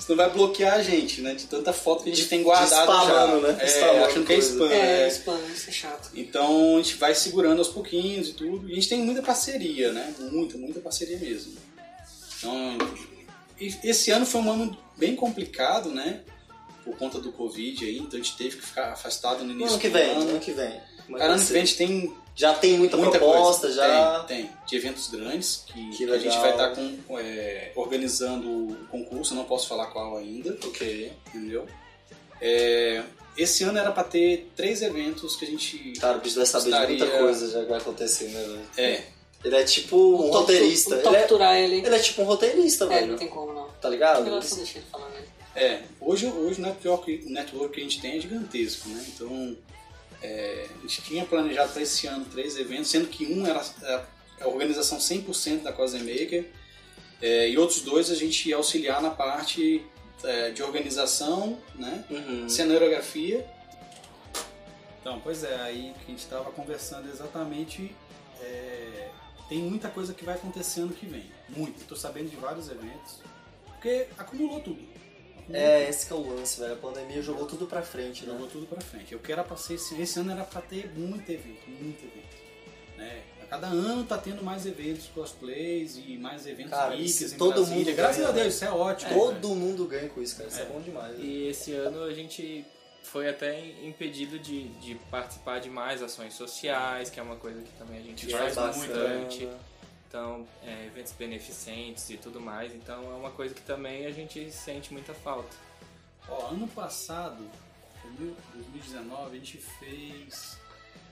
Senão vai bloquear a gente, né? De tanta foto que a gente
De-
tem guardado
de spamando,
já.
né?
É,
Spamando
achando que é
coisa.
spam,
É,
né?
spam, isso é chato.
Então a gente vai segurando aos pouquinhos e tudo. E a gente tem muita parceria, né? Muita, muita parceria mesmo. Então, e- esse ano foi um ano bem complicado, né? Por conta do Covid aí, então a gente teve que ficar afastado no
No
início
ano que
do
vem,
ano.
ano que vem. Como é
Cara,
vai
ano que
ser?
vem a gente tem
Já tem muita, proposta,
coisa.
já.
Tem, tem. De eventos grandes que,
Que
a gente
legal.
vai estar com- com, é, organizando o concurso, não posso falar qual ainda,
Ok.
entendeu? É, esse ano era pra ter três eventos que a gente.
Cara, o bicho vai saber de muita
Estaria-
coisa já que vai acontecer, né, velho?
É,
Ele é tipo um
Tortu-
roteirista.
o
Ele é,
Torturar ele.
ele é tipo um roteirista,
É, não
velho.
tem um como não.
Tá ligado?
Eu só deixei ele falar né? mesmo.
é. Hoje, hoje o network, o network que a gente tem é gigantesco, né? Então, é, a gente tinha planejado para esse ano três eventos, sendo que um era a- a organização 100% da Cosemaker é, e outros dois a gente ia auxiliar na parte é, de organização, né?
Uhum.
Cenografia. Então, pois é, aí que a gente estava conversando exatamente. é, tem muita coisa que vai acontecer ano que vem. Muito. Estou sabendo de vários eventos. Porque acumulou tudo. Acumulou
É, esse que é o lance, velho. A pandemia jogou tudo pra frente, né?
Jogou tudo pra frente. Eu que era pra ser esse, esse ano era pra ter muito evento, muito evento. Né? A cada ano tá tendo mais eventos cosplays e mais eventos
Cara,
geeks
isso
em
todo
Brasília.
mundo
Graças
ganha, né?
a Deus, isso é ótimo.
Todo mundo ganha com isso, cara. Isso é, bom demais. né?
E esse ano a gente foi até impedido de, de participar de mais ações sociais, que é uma coisa que também a gente
Que faz
faz
bastante.
bastante. Então, é, eventos beneficentes e tudo mais. Então, é uma coisa que também a gente sente muita falta.
Ó, ano passado, 2000, 2019, a gente fez.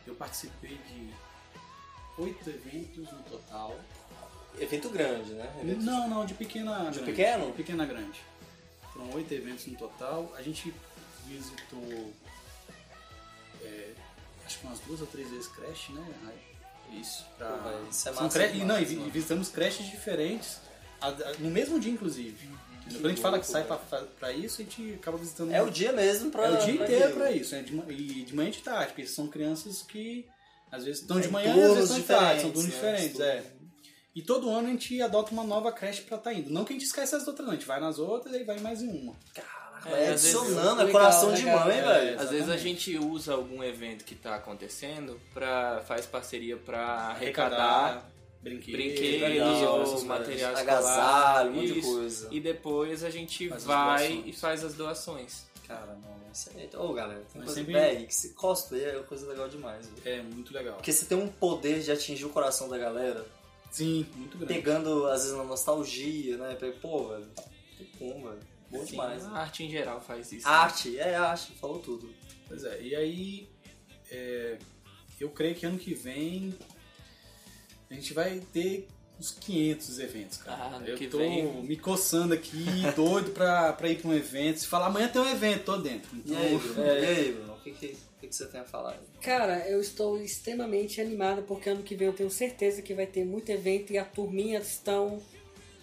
Eu participei de oito eventos no total.
Evento grande, né? Evento
Não, não, de pequena.
De
grande.
pequeno?
Pequena grande. Foram oito eventos no total. A gente visitou. é, acho que umas duas ou três vezes creche, né? Aí, Isso. Pra...
Pô, velho, isso é
São
massa
cre- e,
demais,
não, e vi-
mano.
e visitamos creches diferentes. a- a- No mesmo dia, inclusive.
Uhum.
Quando a gente fala que sai pra, pra- pra isso, a gente acaba visitando
É o dia mesmo pra.
é o dia
pra
inteiro
aquilo.
pra isso, né? De ma- e de manhã e de tarde, porque são crianças que às vezes estão de
Em
manhã e às vezes
turnos
estão de tarde, são
É, diferentes,
turnos
né?
diferentes, é. E todo ano a gente adota uma nova creche pra tá indo. Não que a gente esquece as outras, não. A gente vai nas outras e aí vai em mais em uma.
Vai
às vezes-
adicionando, é
legal,
coração de
legal,
mãe,
é.
velho.
Às vezes a gente usa algum evento que tá acontecendo pra faz parceria pra arrecadar
brinquedos,
brinquedos,
legal, essas
materiais,
coisas.
materiais
Agasalho, um monte de
Isso.
coisa.
E depois a gente
Faz as
vai
doações.
e faz as doações.
Cara, não, isso é-
Ô, galera, tem
Mas
coisa
sempre-
bem que se cosplay é coisa legal demais, velho.
é muito legal.
Porque você tem um poder de atingir o coração da galera,
Sim, muito grande.
pegando, às vezes, na nostalgia, né? Pega- Pô, velho, tem como, velho. Bom
Assim,
demais.
a
né?
arte em geral faz isso. né?
Arte, é arte, falou tudo.
Pois é, e aí é, eu creio que ano que vem a gente vai ter uns 500 eventos,
Ah,
cara.
ano
eu
que
tô
vem.
me coçando aqui, (laughs) doido pra, pra ir pra um evento. Se falar amanhã tem um evento, tô dentro.
E
Então,
aí, Bruno? E aí, Bruno? O que, que, o que que você tem a falar? aí?
Cara, eu estou extremamente animado porque ano que vem eu tenho certeza que vai ter muito evento e a turminha estão.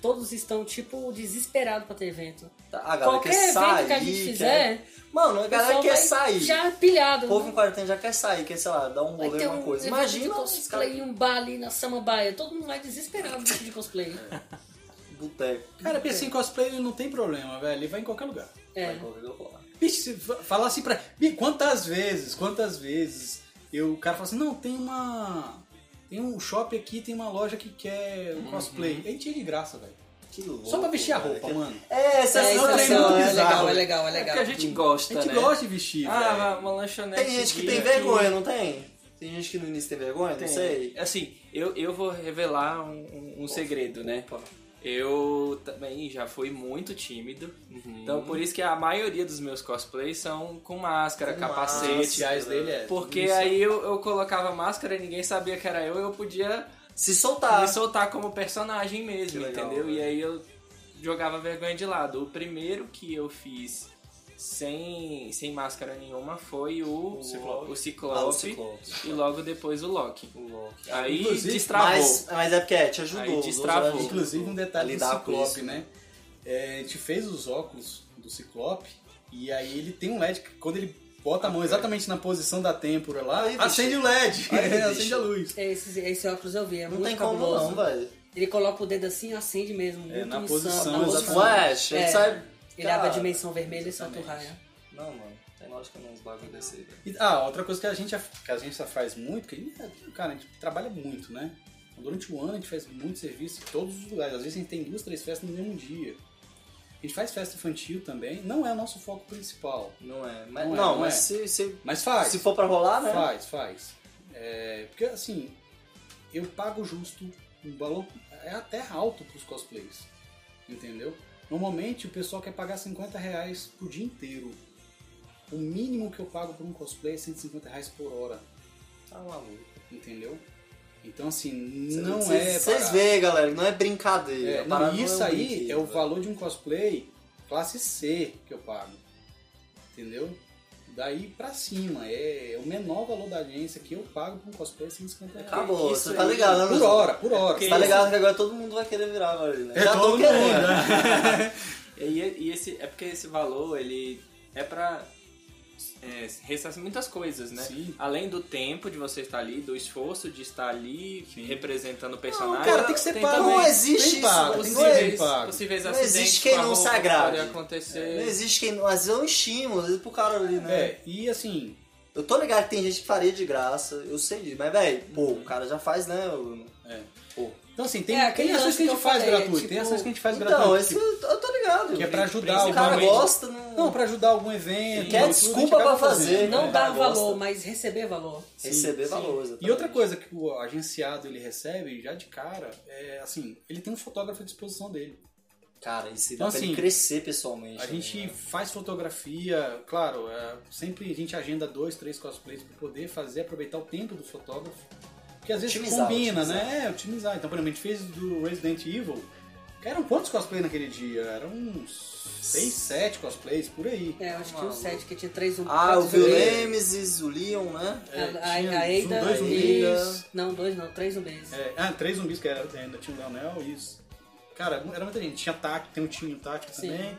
Todos estão, tipo, desesperados pra ter evento.
Tá, a galera
Qualquer
quer
evento
sair,
que a gente
quer-
fizer,
Mano, a
o
galera
pessoal
quer
vai
sair.
já pilhado. né?
O povo em quarentena já quer sair, quer, sei lá, dar um
vai
rolê,
ter
uma
um
coisa.
evento de
Imagina os
cosplay
caras
em um bar ali na Samambaia. Todo mundo vai desesperado de cosplay.
boteco.
(laughs) cara, porque assim, cosplay ele não tem problema, velho. Ele vai em qualquer lugar.
É.
Vai correr, eu vou lá.
Bicho, se fa- falar assim pra. Bi, quantas vezes, quantas vezes eu, o cara fala assim, não, tem uma. Tem um shopping aqui, tem uma loja que quer
Uhum.
um cosplay. A gente ia de graça, velho.
Que louco.
Só pra vestir a
velho,
roupa,
que-
mano.
É,
É,
Sensação,
isso
é
é
trem
só-
muito
é
bizarro.
legal, é legal, é
É
legal.
porque a gente gosta,
A gente
né?
gosta de vestir, velho.
Ah, uma lanchonete.
Tem gente que
de-
tem vergonha, não tem? Tem gente que no início tem vergonha,
é Tem.
não sei.
Assim, eu, eu vou revelar um, um- um segredo, né? Eu também já fui muito tímido.
Uhum.
Então, por isso que a maioria dos meus cosplays são com máscara,
Com
As
máscara.
capacete.
redes sociais dele é.
Porque
isso.
aí eu, eu colocava máscara e ninguém sabia que era eu, eu podia
Se soltar.
me soltar como personagem mesmo,
Ah. Que legal,
entendeu? E
né?
aí eu jogava vergonha de lado. O primeiro que eu fiz sem, sem máscara nenhuma foi o,
O Ciclope.
o Ciclope,
Ah, o Ciclope.
e logo depois o
(laughs)
Loki.
O Loki.
Aí
Inclusive,
destravou.
Mas, mas é porque é, te ajudou.
Aí
os outros
destravou.
ajudam.
Inclusive, um detalhe do
lidar com
Ciclope,
isso.
né? É, a gente fez os óculos do Ciclope e aí ele tem um LED que quando ele bota a mão exatamente na posição da têmpora lá,
Ah, Aí, bicho.
acende o LED,
Aí, bicho.
(laughs) acende a luz.
É, Esse, esse óculos eu vi, é
Não
muito
tem como
cabuloso.
não, velho.
Ele coloca o dedo assim e acende mesmo.
É,
muito
na
insano, na
posição, Não,
Mas
exatamente.
o Flash,
É.
ele sabe.
Ele abre a
Cara,
dimensão vermelha e solta o
exatamente.
raio.
Não, mano. Tem lógica não, é uns bagulho desse aí, velho.
E- ah, outra coisa que a gente, que a gente faz muito, que a gente- cara, a gente trabalha muito, né? Durante o ano a gente faz muito serviço em todos os lugares. Às vezes a gente tem duas, três festas no mesmo dia. A gente faz festa infantil também, não é o nosso foco principal,
Não é. Mas,
Não
não,
é, não
mas
é.
se, se,
mas faz.
se for pra rolar, né?
Faz, faz. É, porque assim, eu pago justo um valor é até alto pros cosplays. Entendeu? Normalmente o pessoal quer pagar 50 reais por dia inteiro. O mínimo que eu pago por um cosplay é 150 reais por hora.
Tá maluco.
Entendeu? Então assim,
Cê-
não
cê-
é.
Vocês
barato.
veem, galera, não é brincadeira.
É,
a
não,
parada não
isso
um
aí
brinquedo,
é o
velho.
valor de um cosplay classe C que eu pago. Entendeu? Daí pra cima. É o menor valor da agência que eu pago pra um cosplay é 150 reais.
Acabou,
Isso
você tá
aí,
ligado, né?
Por
Luizão?
hora, por hora.
Você tá ligado que agora todo mundo vai querer virar, velho. Né?
É
Já
todo
tô
mundo,
querendo.
né?
E, e esse, é porque esse valor, ele é pra é, ressarcir muitas coisas, né?
Sim.
Além do tempo de você estar ali, do esforço de estar ali representando o personagem.
Não,
cara, tem que ser pago.
também
Não existe
Bem pago, tem
isso. Não
que ser bem
possíveis,
pago.
possíveis
Não
acidentes
existe quem
com a
não
roupa
se
que
agrade.
podem acontecer.
Não existe quem. Às vezes é um estímulo, às vezes pro cara ali, né?
É, e assim,
Eu tô ligado que tem gente que faria de graça, eu sei disso, mas, velho, pô, o cara já faz, né? o-
então assim, tem,
É,
tem
aquele
ações
lance
que a gente
que eu
faz
falei,
gratuito,
tipo,
tem ações que a gente faz
Então,
gratuito.
esse
tipo,
eu eu tô ligado.
que é pra ajudar
Se o cara
alguma-
gosta, né? não.
Não, pra ajudar algum evento.
Quer
tudo,
desculpa
a gente acaba
pra
fazendo,
fazer,
né?
Não
É,
dar
gosta.
valor, mas receber valor.
receber tá valor. exatamente.
E outra coisa que o agenciado ele recebe já de cara é assim, ele tem um fotógrafo à disposição dele.
Cara, isso dá
Então,
pra
assim,
ele crescer pessoalmente.
A
também,
gente
né?
faz fotografia, claro, é, sempre a gente agenda dois, três cosplays para poder fazer, aproveitar o tempo do fotógrafo. Porque às vezes
Otimizar,
combina,
otimizar.
né? É, otimizar. Então, por exemplo, a gente fez do Resident Evil. Eram quantos cosplays naquele dia? Eram uns seis, sete cosplays por aí.
É, eu acho que o 7, que tinha 3 um.
Ah, o
quatro,
Viu
dois.
Nemesis, o Leon, né?
A, a,
tinha
a Ada
dois
e...
zumbis.
Não, dois não, três um zumbis.
É, ah, três zumbis que era, ainda tinha o Leonel e isso. Cara, era muita gente. Tinha tático, tem um time tático
Sim.
também.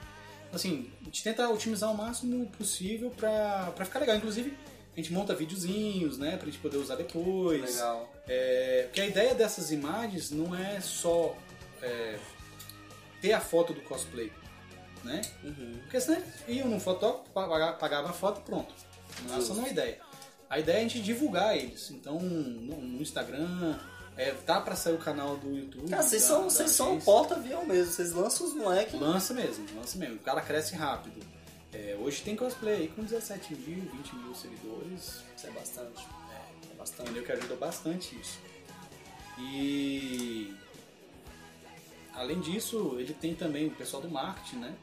Assim, a gente tenta otimizar o máximo possível pra, pra ficar legal. Inclusive, A gente monta videozinhos, né? Pra gente poder usar depois.
Legal.
É, porque a ideia dessas imagens não é só é, ter a foto do cosplay, né?
Uhum.
Porque senão eles iam no fotógrafo, pagava pagava a foto e pronto. Não é só uma ideia. A ideia é a gente divulgar eles. Então, no, no Instagram, é, tá pra sair o canal do YouTube.
Cara, vocês
da-
são,
da
vocês são um
agência.
porta-avião mesmo. Vocês lançam os moleques.
Lança mesmo, lança mesmo. O cara cresce rápido. É, hoje tem cosplay aí com 17 mil, 20 mil seguidores.
Isso é bastante. É, é bastante.
Entendeu? Que ajuda bastante isso. E além disso, ele tem também o pessoal do marketing, né?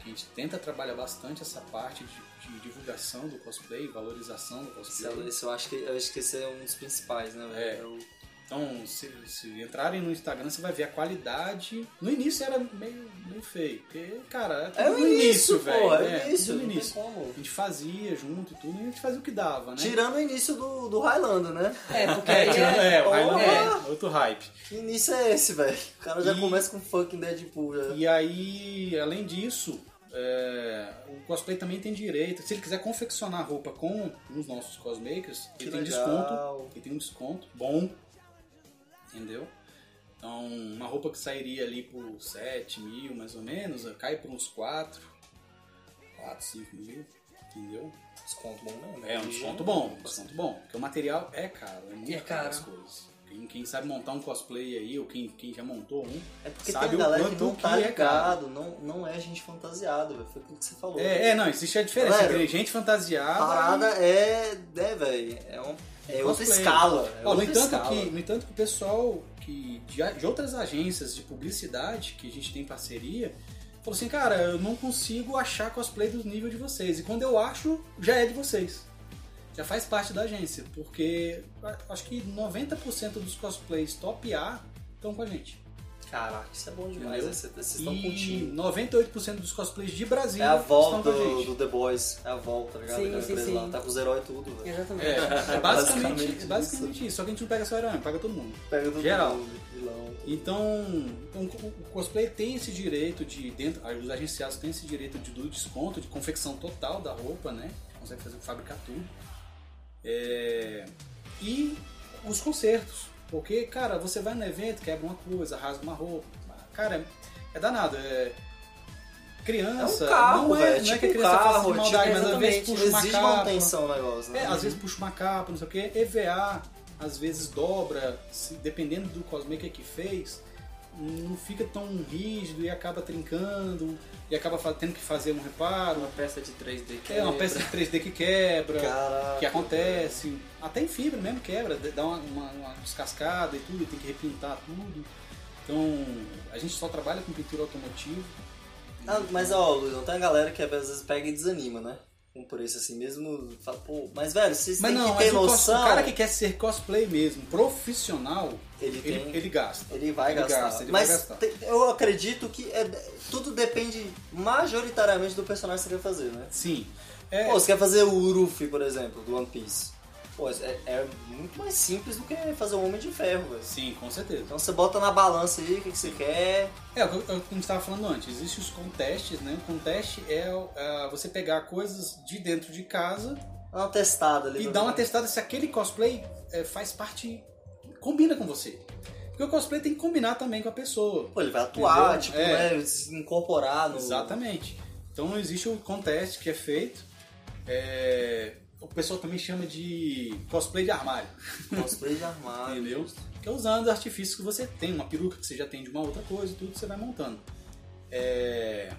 Que a gente tenta trabalhar bastante essa parte de, de divulgação do cosplay, valorização do
Isso,
cosplay.
é- isso eu, acho que, eu acho que esse é um dos principais, né? velho?
É.
o-
Então, se, se entrarem no Instagram, você vai ver a qualidade. No início era meio, meio feio, porque, cara,
É
tudo
o
no
início, pô.
velho,
É o início. Não
tudo no
tem
início.
como.
A gente fazia junto e tudo, e a gente fazia o que dava, né?
Tirando o início do, do Highlander, né?
É, porque
É,
aí
tirando,
é...
é, o Highlander
Porra!
é outro hype.
Que início é esse, velho? O cara já
E-
começa com fucking Deadpool, já.
E aí, além disso, é, o cosplay também tem direito. Se ele quiser confeccionar a roupa com os nossos cosmakers,
Que
ele tem desconto.
legal.
Ele tem um desconto bom. Entendeu? Então, uma roupa que sairia ali por 7 mil, mais ou menos, cai por uns 4, 4, 5 mil. Entendeu?
Desconto bom né? mesmo.
É um desconto bom, um desconto bom. Porque o material é caro, é muito
É
caro as
caro.
coisas. Quem, quem sabe montar um cosplay aí, ou quem, quem já montou um,
É porque
Sabe
tem
o
a galera que
quanto
não
que
tá
é
ligado, não, não é gente fantasiada, velho. Foi aquilo que você falou.
É, é, não, existe a diferença
Galera,
entre gente
A
fantasiada.
parada é. É, velho. É, um, é outra
Cosplay.
escala. É
Ó, no,
outra
entanto
escala.
que, no entanto que o pessoal que, de, a- de outras agências de publicidade que a gente tem parceria falou assim, cara, eu não consigo achar cosplay do nível de vocês. E quando eu acho, já é de vocês. Já faz parte da agência, porque a- acho que 90% dos cosplays top A estão com a gente.
Caraca, isso é bom demais.
Entendeu?
né? Vocês vocês estão
E
contigo.
98% dos cosplays de Brasília
É a volta
estão com a
do,
gente.
do The Boys. É a volta, tá ligado?
Sim,
Aquela
sim,
empresa
sim.
lá. Tá com os heróis tudo, velho.
Exatamente.
É, é
basicamente
basicamente,
isso.
basicamente isso. Só que a gente não pega só herói, pega todo mundo.
Pega todo
Geral.
mundo, vilão.
Então, então, o cosplay tem esse direito de dentro, os agenciados têm esse direito de do desconto, de confecção total da roupa, né? Consegue fazer fabricar tudo. É, e os concertos, porque cara, você vai no evento, quebra uma coisa, rasga uma roupa, cara, é, é danado. É, criança,
É um carro,
não é,
velho,
não
tipo
é que
um
a criança faça
carro,
de maldade,
tipo,
mas às vezes
exatamente,
puxa uma
Exige
capa.
manutenção o negócio, né?
É, às vezes puxa uma capa, não sei o que, EVA, às vezes dobra, se- dependendo do cosmaker que fez, não fica tão rígido e acaba trincando, e acaba fa- tendo que fazer um reparo,
Uma peça de 3D que
é uma peça de 3D que quebra,
Caraca.
que acontece, até em fibra mesmo quebra, d- dá uma, uma- uma descascada e tudo, tem que repintar tudo. Então, a gente só trabalha com pintura automotiva.
Ah, mas ó, Luizão, tem a galera que às vezes pega e desanima, né? Com preço assim mesmo. Fala, pô, mas velho, vocês
Mas
têm
não,
que
mas
ter
o, cos-
noção.
o cara que quer ser cosplay mesmo, profissional,
Ele
ele,
tem-
ele gasta.
Ele vai
Ele
gastar.
gasta, ele
mas
vai gastar.
te- eu acredito que é- tudo depende majoritariamente do personagem que você quer fazer, né?
Sim. É,
Pô, você quer fazer o Uruf, por exemplo, do One Piece. Pô, é, é muito mais simples do que fazer um Homem de Ferro, velho.
sim, com certeza.
Então você bota na balança aí o que, que você quer.
É, o que eu- como estava falando antes, existem os contestes, né? O conteste é ah, você pegar coisas de dentro de casa
Dá uma testada ali.
e
pra
dar uma
ver.
testada se aquele cosplay eh, faz parte, combina com você. Porque o cosplay tem que combinar também com a pessoa.
Pô, ele vai atuar,
Entendeu?
tipo,
É.
né, se incorporar no...
Exatamente. Então existe o conteste que é feito. é, o pessoal também chama de cosplay de armário.
Cosplay de armário.
Entendeu? Que é usando artifícios que você tem, uma peruca que você já tem de uma outra coisa e tudo, você vai montando. É,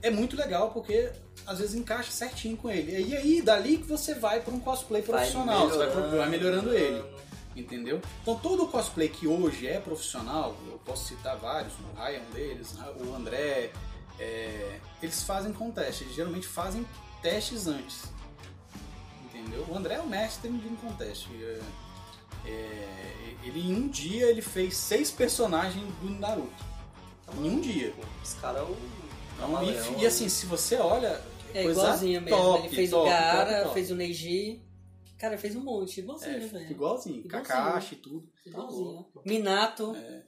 é muito legal porque às vezes encaixa certinho com ele. E aí, dali que você vai para um cosplay profissional, você vai, pro- vai melhorando ele, entendeu? Então todo cosplay que hoje é profissional, eu posso citar vários, o Rai é um deles, o André, é, eles fazem conteste, eles geralmente fazem testes antes. Entendeu? O André é o mestre de um conteste. é, é, ele em um dia ele fez seis personagens do Naruto. Em um dia.
Os caras... é o-
Então, e-
Camaleão,
e, assim, se você olha.
É
coisa
igualzinho mesmo.
top,
ele fez
top,
o Gara,
top, top.
fez o Neji. Cara, fez um monte. Igualzinho,
É,
né,
ficou
velho?
igualzinho,
Igualzinho.
Kakashi e tudo.
Igualzinho. Minato.
É.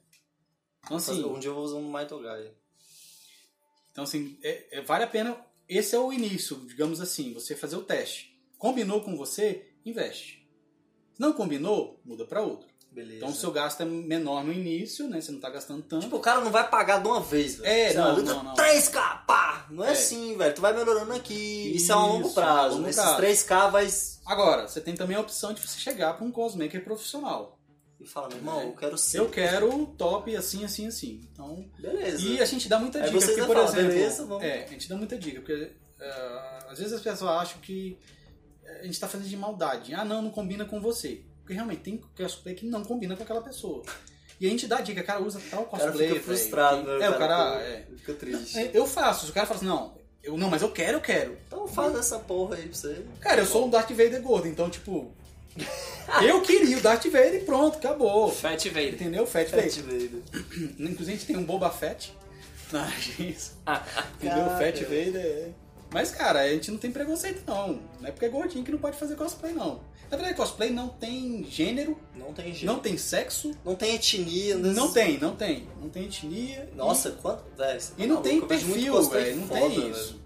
Um
Então assim,
dia eu vou usar um Maito Gai.
então, assim é- é- vale a pena. Esse é o início, digamos assim, você fazer o teste. Combinou com você, investe. Se não combinou, muda pra outro.
Beleza.
Então o seu gasto é menor no início, né? Você não tá gastando tanto.
Tipo, o cara não vai pagar de uma vez, velho.
É,
Sei
não,
lá,
não, não.
3k, pá! Não é,
É.
assim, velho. Tu vai melhorando aqui. Isso, é a longo
Isso, é a
prazo.
longo
Esses
prazo.
3k vai.
Agora, você tem também a opção de você chegar pra um cosmaker profissional.
E fala, meu irmão, eu quero ser.
É. Eu quero top assim, assim, assim. Então,
Beleza.
E a gente dá muita
Aí
dica,
você
porque,
ainda
por
fala,
exemplo.
beleza, vamos-
É, a gente dá muita dica, porque ah, às vezes as pessoas acham que a gente tá fazendo de maldade. Ah, não, não combina com você. Porque realmente tem cosplay que não combina com aquela pessoa. E a gente dá dica, cara, usa tal
o
cosplay.
cara fica
velho,
frustrado,
tem-
velho.
É, o cara.
fica- Fica triste.
é. Eu faço, se o cara fala assim, não, eu não, mas eu quero, eu quero.
Então faz essa porra aí pra você.
Cara, eu sou um Darth Vader gordo,
(laughs)
então, tipo. eu queria o Darth Vader e pronto, acabou.
Fat Vader.
Entendeu? Fat Vader.
Ativator.
Inclusive a gente tem um Boba Fett na
(laughs)
agência. Entendeu?
Caraca.
Fett Vader é. Mas, cara, a gente não tem preconceito, não. Não é porque é gordinho que não pode fazer cosplay, não. Na verdade, cosplay não tem gênero,
Não tem jeito.
não tem sexo,
Não tem etnia.
não tem, não tem. Não tem etnia. e-
Nossa, quanto. Véi, você tá
E não
maluco,
tem
eu vejo muito
perfil,
cosplay
velho. Não
foda, né?
tem
velho.
isso.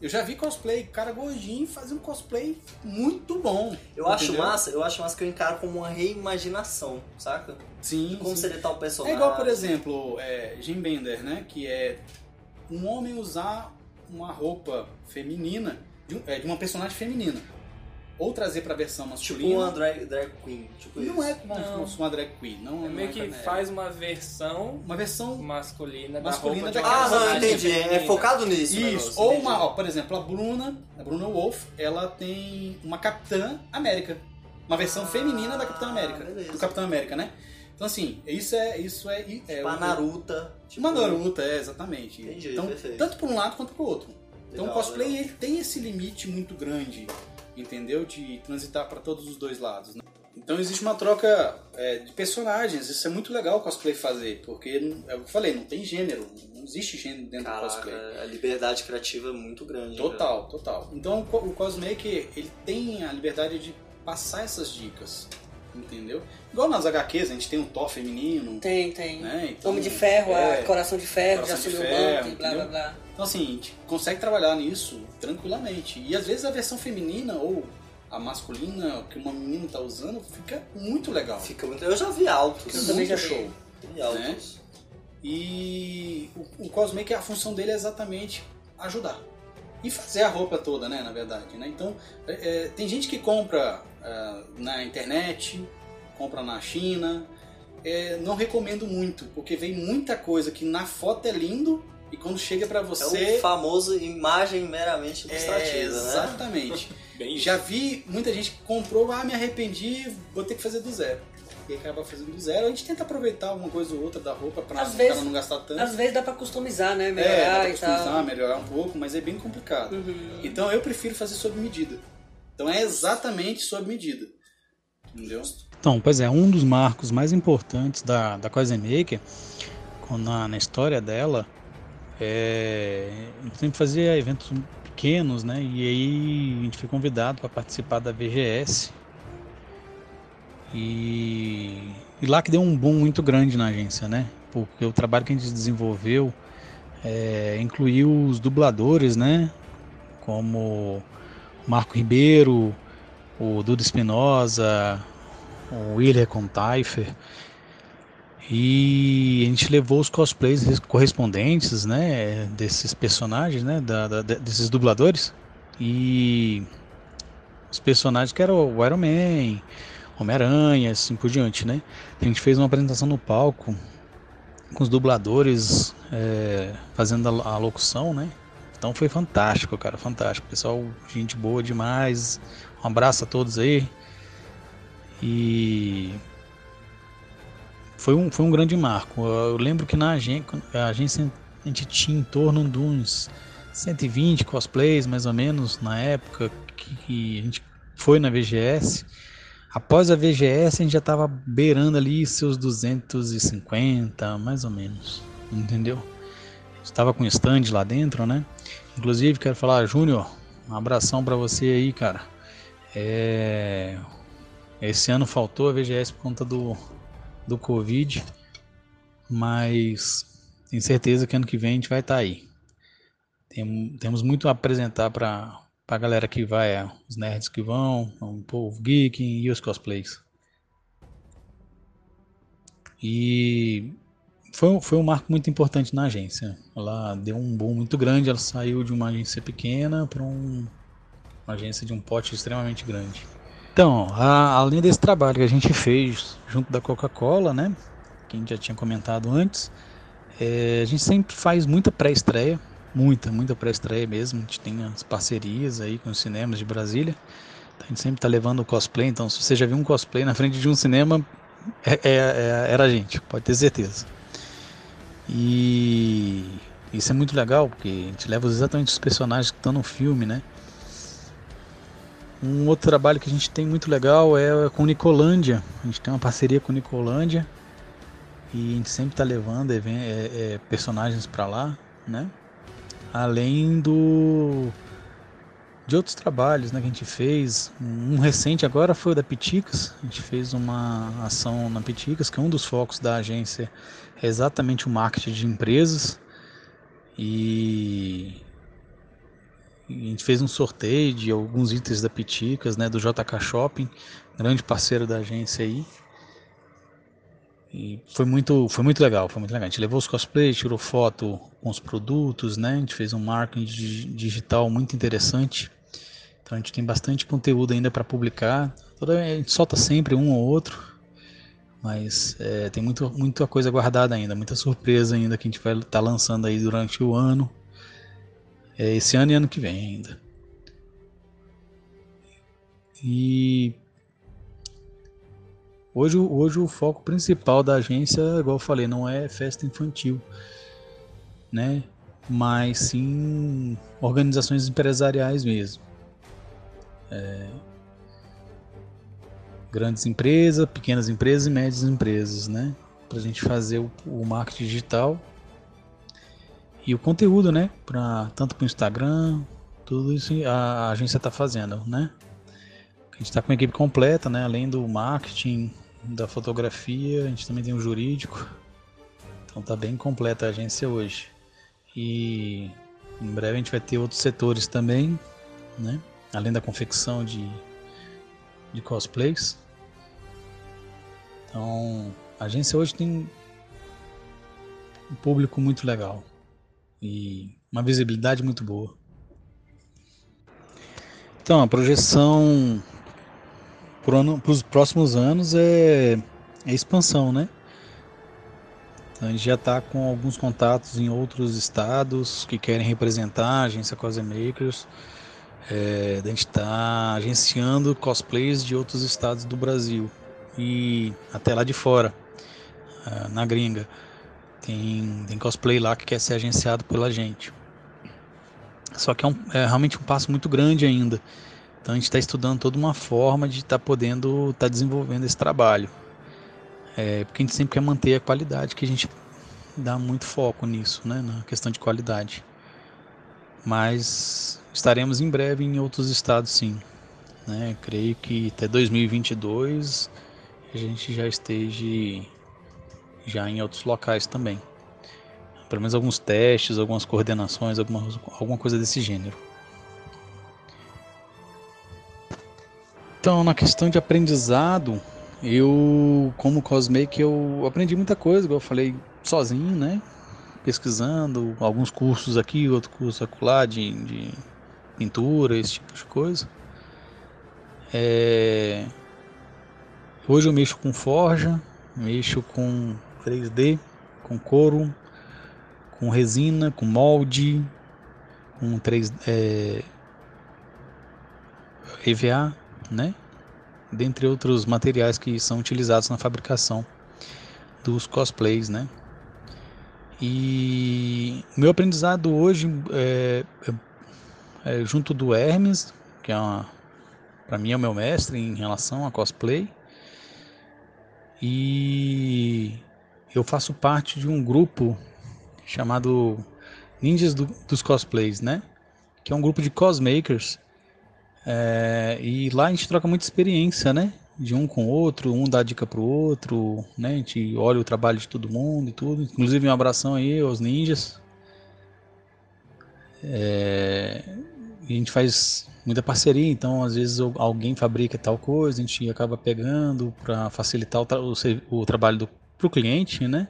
Eu já vi cosplay, cara gordinho fazer um cosplay muito bom.
Eu acho
entendeu?
massa, eu acho massa que eu encaro como uma reimaginação, saca?
Sim.
Como
sim.
seria tal
É
personagem.
igual, por exemplo, é, Jim Bender, né? Que é um homem usar uma roupa feminina, de, um- é, de uma personagem feminina. Ou trazer pra versão
Tipo
masculina.
uma drag, drag queen. Tipo isso.
Não é uma,
Não.
uma drag queen. Não,
É
não
meio que
é-
faz uma versão
uma versão...
masculina,
Masculina
da
da-
roupa
Ah,
de
não,
uma personagem
entendi. É
feminina.
focado nisso.
Isso.
o um negócio,
Ou
entendi.
uma... Ó, por exemplo, a Bruna, a Bruna Wolf, ela tem uma Capitã América. Uma versão
Ah,
feminina da Capitã América.
beleza.
Do Capitão América, né? Então, assim, isso é... Isso é, é
Tipo, a
o-
Naruta. Tipo,
Uma Naruta, é, exatamente.
Entendi,
então,
perfeito.
tanto por um lado quanto pro outro. Então
Legal,
o cosplay
legal.
ele tem esse limite muito grande, entendeu? De transitar para todos os dois lados. né? Então existe uma troca é, de personagens. Isso é muito legal o cosplay fazer, porque não- é o que eu falei, não tem gênero, não existe gênero dentro do cosplay.
Caraca, é a liberdade criativa é muito grande. velho.
Total, total. Então o co- o cosmaker ele tem a liberdade de passar essas dicas, entendeu? Igual nas HQs a gente tem um Thor feminino,
Tem, tem.
né? Então,
Homem de Ferro,
é.
a Coração de Ferro,
Coração de
já subiu o
Ferro,
manto e blá blá
entendeu?
blá.
Então assim, a gente consegue trabalhar nisso tranquilamente. E às vezes a versão feminina ou a masculina que uma menina tá usando fica muito legal.
Fica
Fica
muito... Eu já vi altos.
Eu também
muito
já vi.
show.
vi altos.
Né?
É
E o, o cosmaker, a função dele é exatamente ajudar. E fazer a roupa toda, né, na verdade. Né? Então, é, é, tem gente que compra ah, na internet, compra na China. É, não recomendo muito, porque vem muita coisa que na foto é lindo e quando chega pra
É
você...
o famoso imagem meramente
É,
ilustrativa, né?
exatamente.
Bem isso.
Já vi muita gente que comprou, ah, me arrependi, vou ter que fazer do zero. E acaba fazendo do zero. A gente tenta aproveitar alguma coisa ou outra da roupa pra
Às
o
vezes-
cara não gastar tanto.
Às vezes dá pra customizar, né?
é, dá
Melhorar
pra
e tal.
customizar, melhorar um pouco, mas é bem complicado.
Uhum.
Então eu prefiro fazer sob medida. Então é exatamente sob medida. Entendeu?
Então, pois é, um dos marcos mais importantes da, da Coisen Maker, com- na, na história dela, é. A gente sempre fazia eventos pequenos, né? E aí a gente foi convidado para participar da VGS. E, e lá que deu um boom muito grande na agência, né? Porque o trabalho que a gente desenvolveu é, incluiu os dubladores, né? Como Marco Ribeiro, o Duda Espinosa, o William Contaifer. E a gente levou os cosplays res- correspondentes, né, desses personagens, né, da- da- de- desses dubladores. E os personagens que eram o Iron Man, Homem-Aranha, assim por diante, né. A gente fez uma apresentação no palco com os dubladores é, fazendo a, a locução, né. Então foi fantástico, cara, fantástico. Pessoal, gente boa demais. Um abraço a todos aí. E foi um, foi um grande marco. Eu lembro que na agen- a agência a gente tinha em torno de uns 120 cosplays, mais ou menos, na época que, que a gente foi na VGS. Após a VGS, a gente já estava beirando ali seus 250, mais ou menos. Entendeu? Estava com um stand lá dentro, né? Inclusive, quero falar, Júnior, um abração para você aí, cara. É, esse ano faltou a VGS por conta do, do Covid, mas tá tenho certeza que ano que vem a gente vai estar aí. Tem- temos muito a apresentar para Pra galera que vai, é, os nerds que vão, o povo geek e os cosplays. E foi, um- foi um marco muito importante na agência. Ela deu um boom muito grande, ela saiu de uma agência pequena para uma agência de um pote extremamente grande. Então, a- além desse trabalho que a gente fez junto da Coca-Cola, né, que a gente já tinha comentado antes, eh, a gente sempre faz muita pré-estreia, muita, muita pré-estreia mesmo. A gente tem as parcerias aí com os cinemas de Brasília. Então, a gente sempre está levando o cosplay, então se você já viu um cosplay na frente de um cinema, é- é- é- era a gente, pode ter certeza. E isso é muito legal, porque a gente leva exatamente os personagens que estão no filme, né? Um outro trabalho que a gente tem muito legal é com Nicolândia. A gente tem uma parceria com Nicolândia e a gente sempre está levando even- é- é, personagens para lá, né? Além do de outros trabalhos né, que a gente fez. Um um recente agora foi o da Piticas. A gente fez uma ação na Piticas, que é um dos focos da agência é exatamente o marketing de empresas e e a gente fez um sorteio de alguns itens da Piticas, né, do JK Shopping, grande parceiro da agência aí. E foi muito, foi muito legal, foi muito legal. A gente levou os cosplays, tirou foto com os produtos, né? A gente fez um marketing di- digital muito interessante. Então a gente tem bastante conteúdo ainda para publicar. Toda, a gente solta sempre um ou outro, mas é, tem muito, muita coisa guardada ainda, muita surpresa ainda que a gente vai estar lançando aí durante o ano. É, esse ano e ano que vem ainda. E hoje, o- hoje o foco principal da agência, igual eu falei, não é festa infantil, né? Mas sim organizações empresariais mesmo. É, grandes empresas, pequenas empresas e médias empresas, né? Para a gente fazer o, o marketing digital e o conteúdo, né? Pra, tanto para o Instagram, tudo isso a, a agência está fazendo, né? A gente está com a equipe completa, né? Além do marketing, da fotografia, a gente também tem o jurídico. Então tá bem completa a agência hoje. E em breve a gente vai ter outros setores também, né? Além da confecção de de cosplays. Então, a agência hoje tem um público muito legal e uma visibilidade muito boa. Então, a projeção para os próximos anos é, é expansão, né? Então, a gente já está com alguns contatos em outros estados que querem representar a agência Cosmakers. É, a gente está agenciando cosplays de outros estados do Brasil e até lá de fora, ah, na gringa. Tem, tem cosplay lá que quer ser agenciado pela gente. Só que é, um- é realmente um passo muito grande ainda. Então a gente está estudando toda uma forma de estar podendo estar desenvolvendo esse trabalho. É, porque a gente sempre quer manter a qualidade, que a gente dá muito foco nisso, né, na questão de qualidade mas estaremos em breve em outros estados sim. Né? Creio que até 2022 a gente já esteja já em outros locais também. Pelo menos alguns testes, algumas coordenações, alguma, alguma coisa desse gênero. Então, na questão de aprendizado, eu, como cosmake, eu aprendi muita coisa, igual eu falei, sozinho, né? pesquisando alguns cursos aqui, outro curso acolá de, de pintura, esse tipo de coisa. É, Hoje eu mexo com forja, mexo com 3D, com couro, com resina, com molde, com 3 é, EVA, né? Dentre outros materiais que são utilizados na fabricação dos cosplays, né? E meu aprendizado hoje é, é- é junto do Hermes, que é uma, para mim é o meu mestre em relação a cosplay. E eu faço parte de um grupo chamado Ninjas do- dos Cosplays, né? Que é um grupo de cosmakers. É, e lá a gente troca muita experiência, né? De um com o outro, um dá dica pro outro, né? A gente olha o trabalho de todo mundo e tudo. Inclusive, um abração aí aos ninjas. É, e a gente faz muita parceria, então às vezes al- alguém fabrica tal coisa, a gente acaba pegando para facilitar o, tra- o ser- o trabalho do pro cliente, né?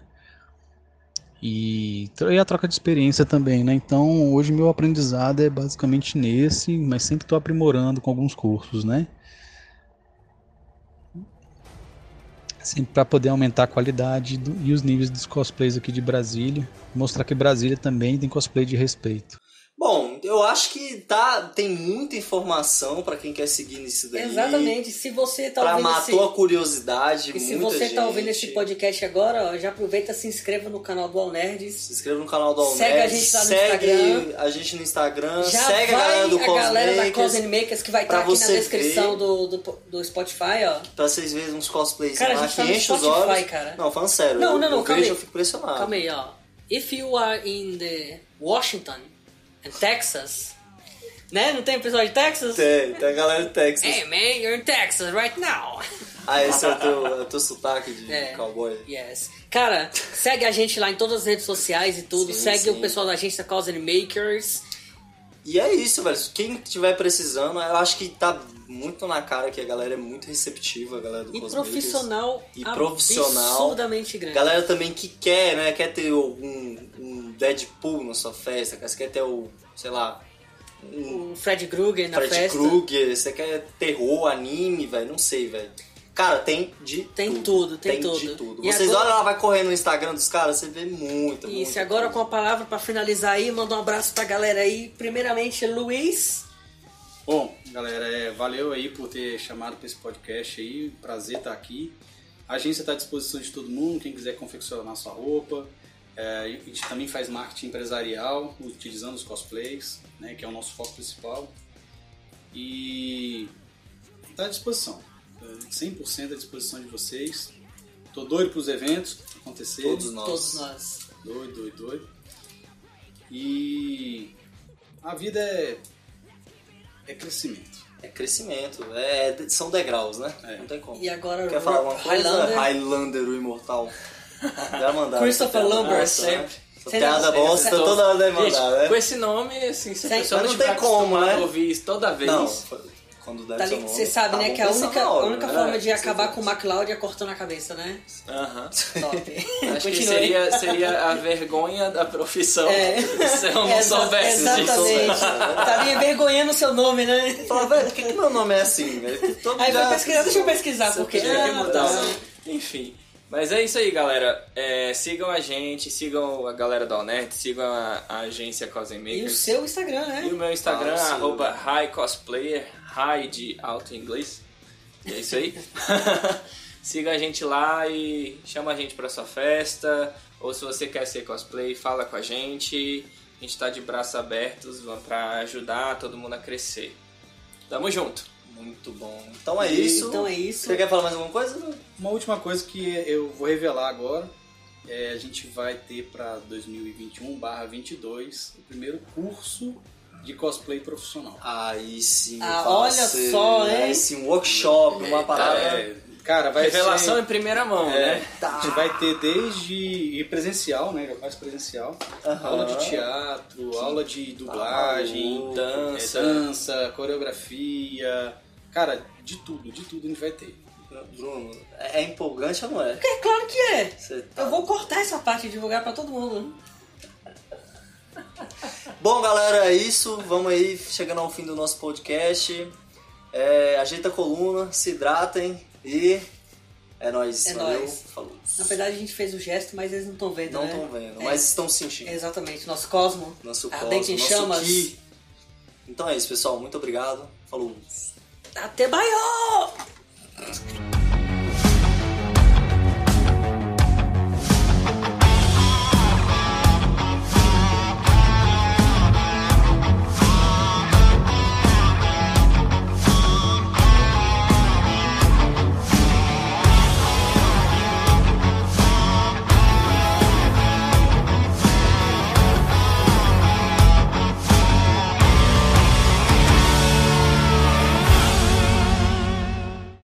E, tro- e a troca de experiência também, né? Então hoje meu aprendizado é basicamente nesse, mas sempre estou aprimorando com alguns cursos, né? Sempre para poder aumentar a qualidade do- e os níveis dos cosplays aqui de Brasília. Mostrar que Brasília também tem cosplay de respeito.
Bom, eu acho que tá, tem muita informação pra quem quer seguir nisso daí.
Exatamente. Se você tá
Pra
ouvindo
matou
esse...
a curiosidade,
E se
muita
você tá
gente.
ouvindo esse podcast agora, ó, já aproveita e se inscreva no canal do All Nerds.
Se inscreva no canal do Almeida.
Segue a gente lá no
segue
Instagram.
a gente no Instagram.
Já
segue a
vai
galera do
da
Cosmakers.
Cosin Makers que vai
pra
estar aqui na
você ver.
descrição do, do, do Spotify, ó.
Pra vocês verem uns cosplays
Cara, a
lá
gente
que
tá no
enche os
Spotify,
olhos.
cara.
Não, falando sério.
Não,
eu-
não, não,
eu
calma
vejo,
aí.
eu fico impressionado.
Calma aí, ó. If you are in the Washington and Texas, né? Não tem pessoal de Texas?
Tem, tem a galera do Texas.
Hey man, you're in Texas right
(laughs)
now.
Ah, esse é o teu, é o teu sotaque de
É.
cowboy. né?
Yes. Cara, segue a gente lá em todas as redes sociais e tudo.
Sim,
segue
sim.
o pessoal da agência Cosin Makers.
E é isso, velho. Quem tiver precisando, eu acho que tá muito na cara que a galera é muito receptiva, a galera do
E
Cosmakers.
profissional,
E profissional.
absurdamente grande.
Galera também que quer, né? Quer ter algum um Deadpool na sua festa, cara. Você quer ter o, sei lá, um
o Fred Krueger na
Fred
festa.
Krueger, você quer terror, anime, velho, não sei, velho. Cara, tem de
Tem
tudo.
tudo, tem
de
tudo.
tudo.
E
Vocês
agora-
olham lá, vai correndo no Instagram dos caras, você vê muito,
Isso,
muito
e agora com
coisa.
a palavra pra finalizar aí, manda um abraço pra galera aí. Primeiramente, Luiz.
Bom, galera, é, valeu aí por ter chamado para esse podcast aí. um Prazer estar aqui. A agência está à disposição de todo mundo, quem quiser confeccionar sua roupa. É, a gente também faz marketing empresarial, utilizando os cosplays, né, que é o nosso foco principal. E está à disposição. É, 100% à disposição de vocês. Tô doido para os eventos acontecerem.
Todos nós.
Todos nós.
Doido, doido, doido. E a vida é, é crescimento.
É crescimento, é, são degraus, né?
É.
Não tem como.
E agora
Quer falar alguma coisa?
Highlander.
Highlander,
(laughs)
o imortal. Já mandaram.
Christopher
Essa
Lambert,
piada
sempre.
bosta, né? Essa
Sempre.
piada
tá
bosta
Sempre.
toda hora é
Gente,
mandar,
com
né?
esse nome, assim, se a
Sem-
pessoa
Mas
não
não
tiver
tem como,
acostumada
né?
a ouvir isso toda vez,
Não, quando der
é, Tá
seu
ali,
nome,
você sabe,
tá
né,
bom
que a
pensar
única,
na
a
hora,
única
né?
forma de
É,
acabar com o
exatamente.
McLeod é cortando a cabeça, né?
Aham.
(laughs) Top.
Acho que
Continue.
seria, seria a vergonha da
(laughs)
profissão (laughs)
É.
se eu
um
não
Exa-
soubesse
né?
disso.
Exatamente. Estaria envergonhando o seu nome, né?
Fala, velho, por que, que meu nome é assim, velho? Todo
Aí
já-
vai pesquisar, deixa eu pesquisar,
Só
porque...
que tiver que
Ah,
mudar.
um
tá.
Enfim. Mas é isso aí, galera. É, sigam a gente, sigam a galera da Alnerd, sigam a, a agência Cosem
E o
Makers.
seu Instagram,
E
né?
o meu Instagram,
Fala, seu.
arroba high cosplayer, high de alto inglês. E é isso aí. (laughs) Siga a gente lá e chama a gente pra sua festa. Ou se você quer ser cosplay, fala com a gente. A gente tá de braços abertos pra ajudar todo mundo a crescer. Tamo junto.
Muito bom. Então é isso.
Então é isso.
Você quer falar mais alguma coisa?
Uma última coisa que eu vou revelar agora, é, a gente vai ter para 2021/22 o primeiro curso de cosplay profissional.
Aí sim.
Ah,
fala
olha
sério,
só,
né?
hein?
Aí sim, um workshop, uma parada.
É, cara, vai
Revelação
ser,
em primeira mão,
É.
né?
a
tá.
gente vai ter desde presencial, né, já quase presencial,
Aham.
aula de teatro, aula de dublagem,
maluco.
dança,
é,
Dança.
tá.
dança, coreografia, cara, de tudo, de tudo a gente vai ter.
Bruno, é empolgante ou não é?
É claro que é.
Você tá-
Eu vou cortar essa parte e divulgar pra todo mundo.
Bom, galera, é isso. Vamos aí, chegando ao fim do nosso podcast. É, ajeita a coluna, se hidratem e é nóis.
É
Valeu,
nóis.
falou.
Na verdade, a gente fez o gesto, mas eles não estão vendo,
Não
né?
estão vendo,
É.
mas estão sentindo.
Exatamente. Nosso Cosmo.
Nosso
Ardente
cosmo,
em
nosso
chamas.
ki. Então é isso, pessoal. Muito obrigado. Falou.
Até maior!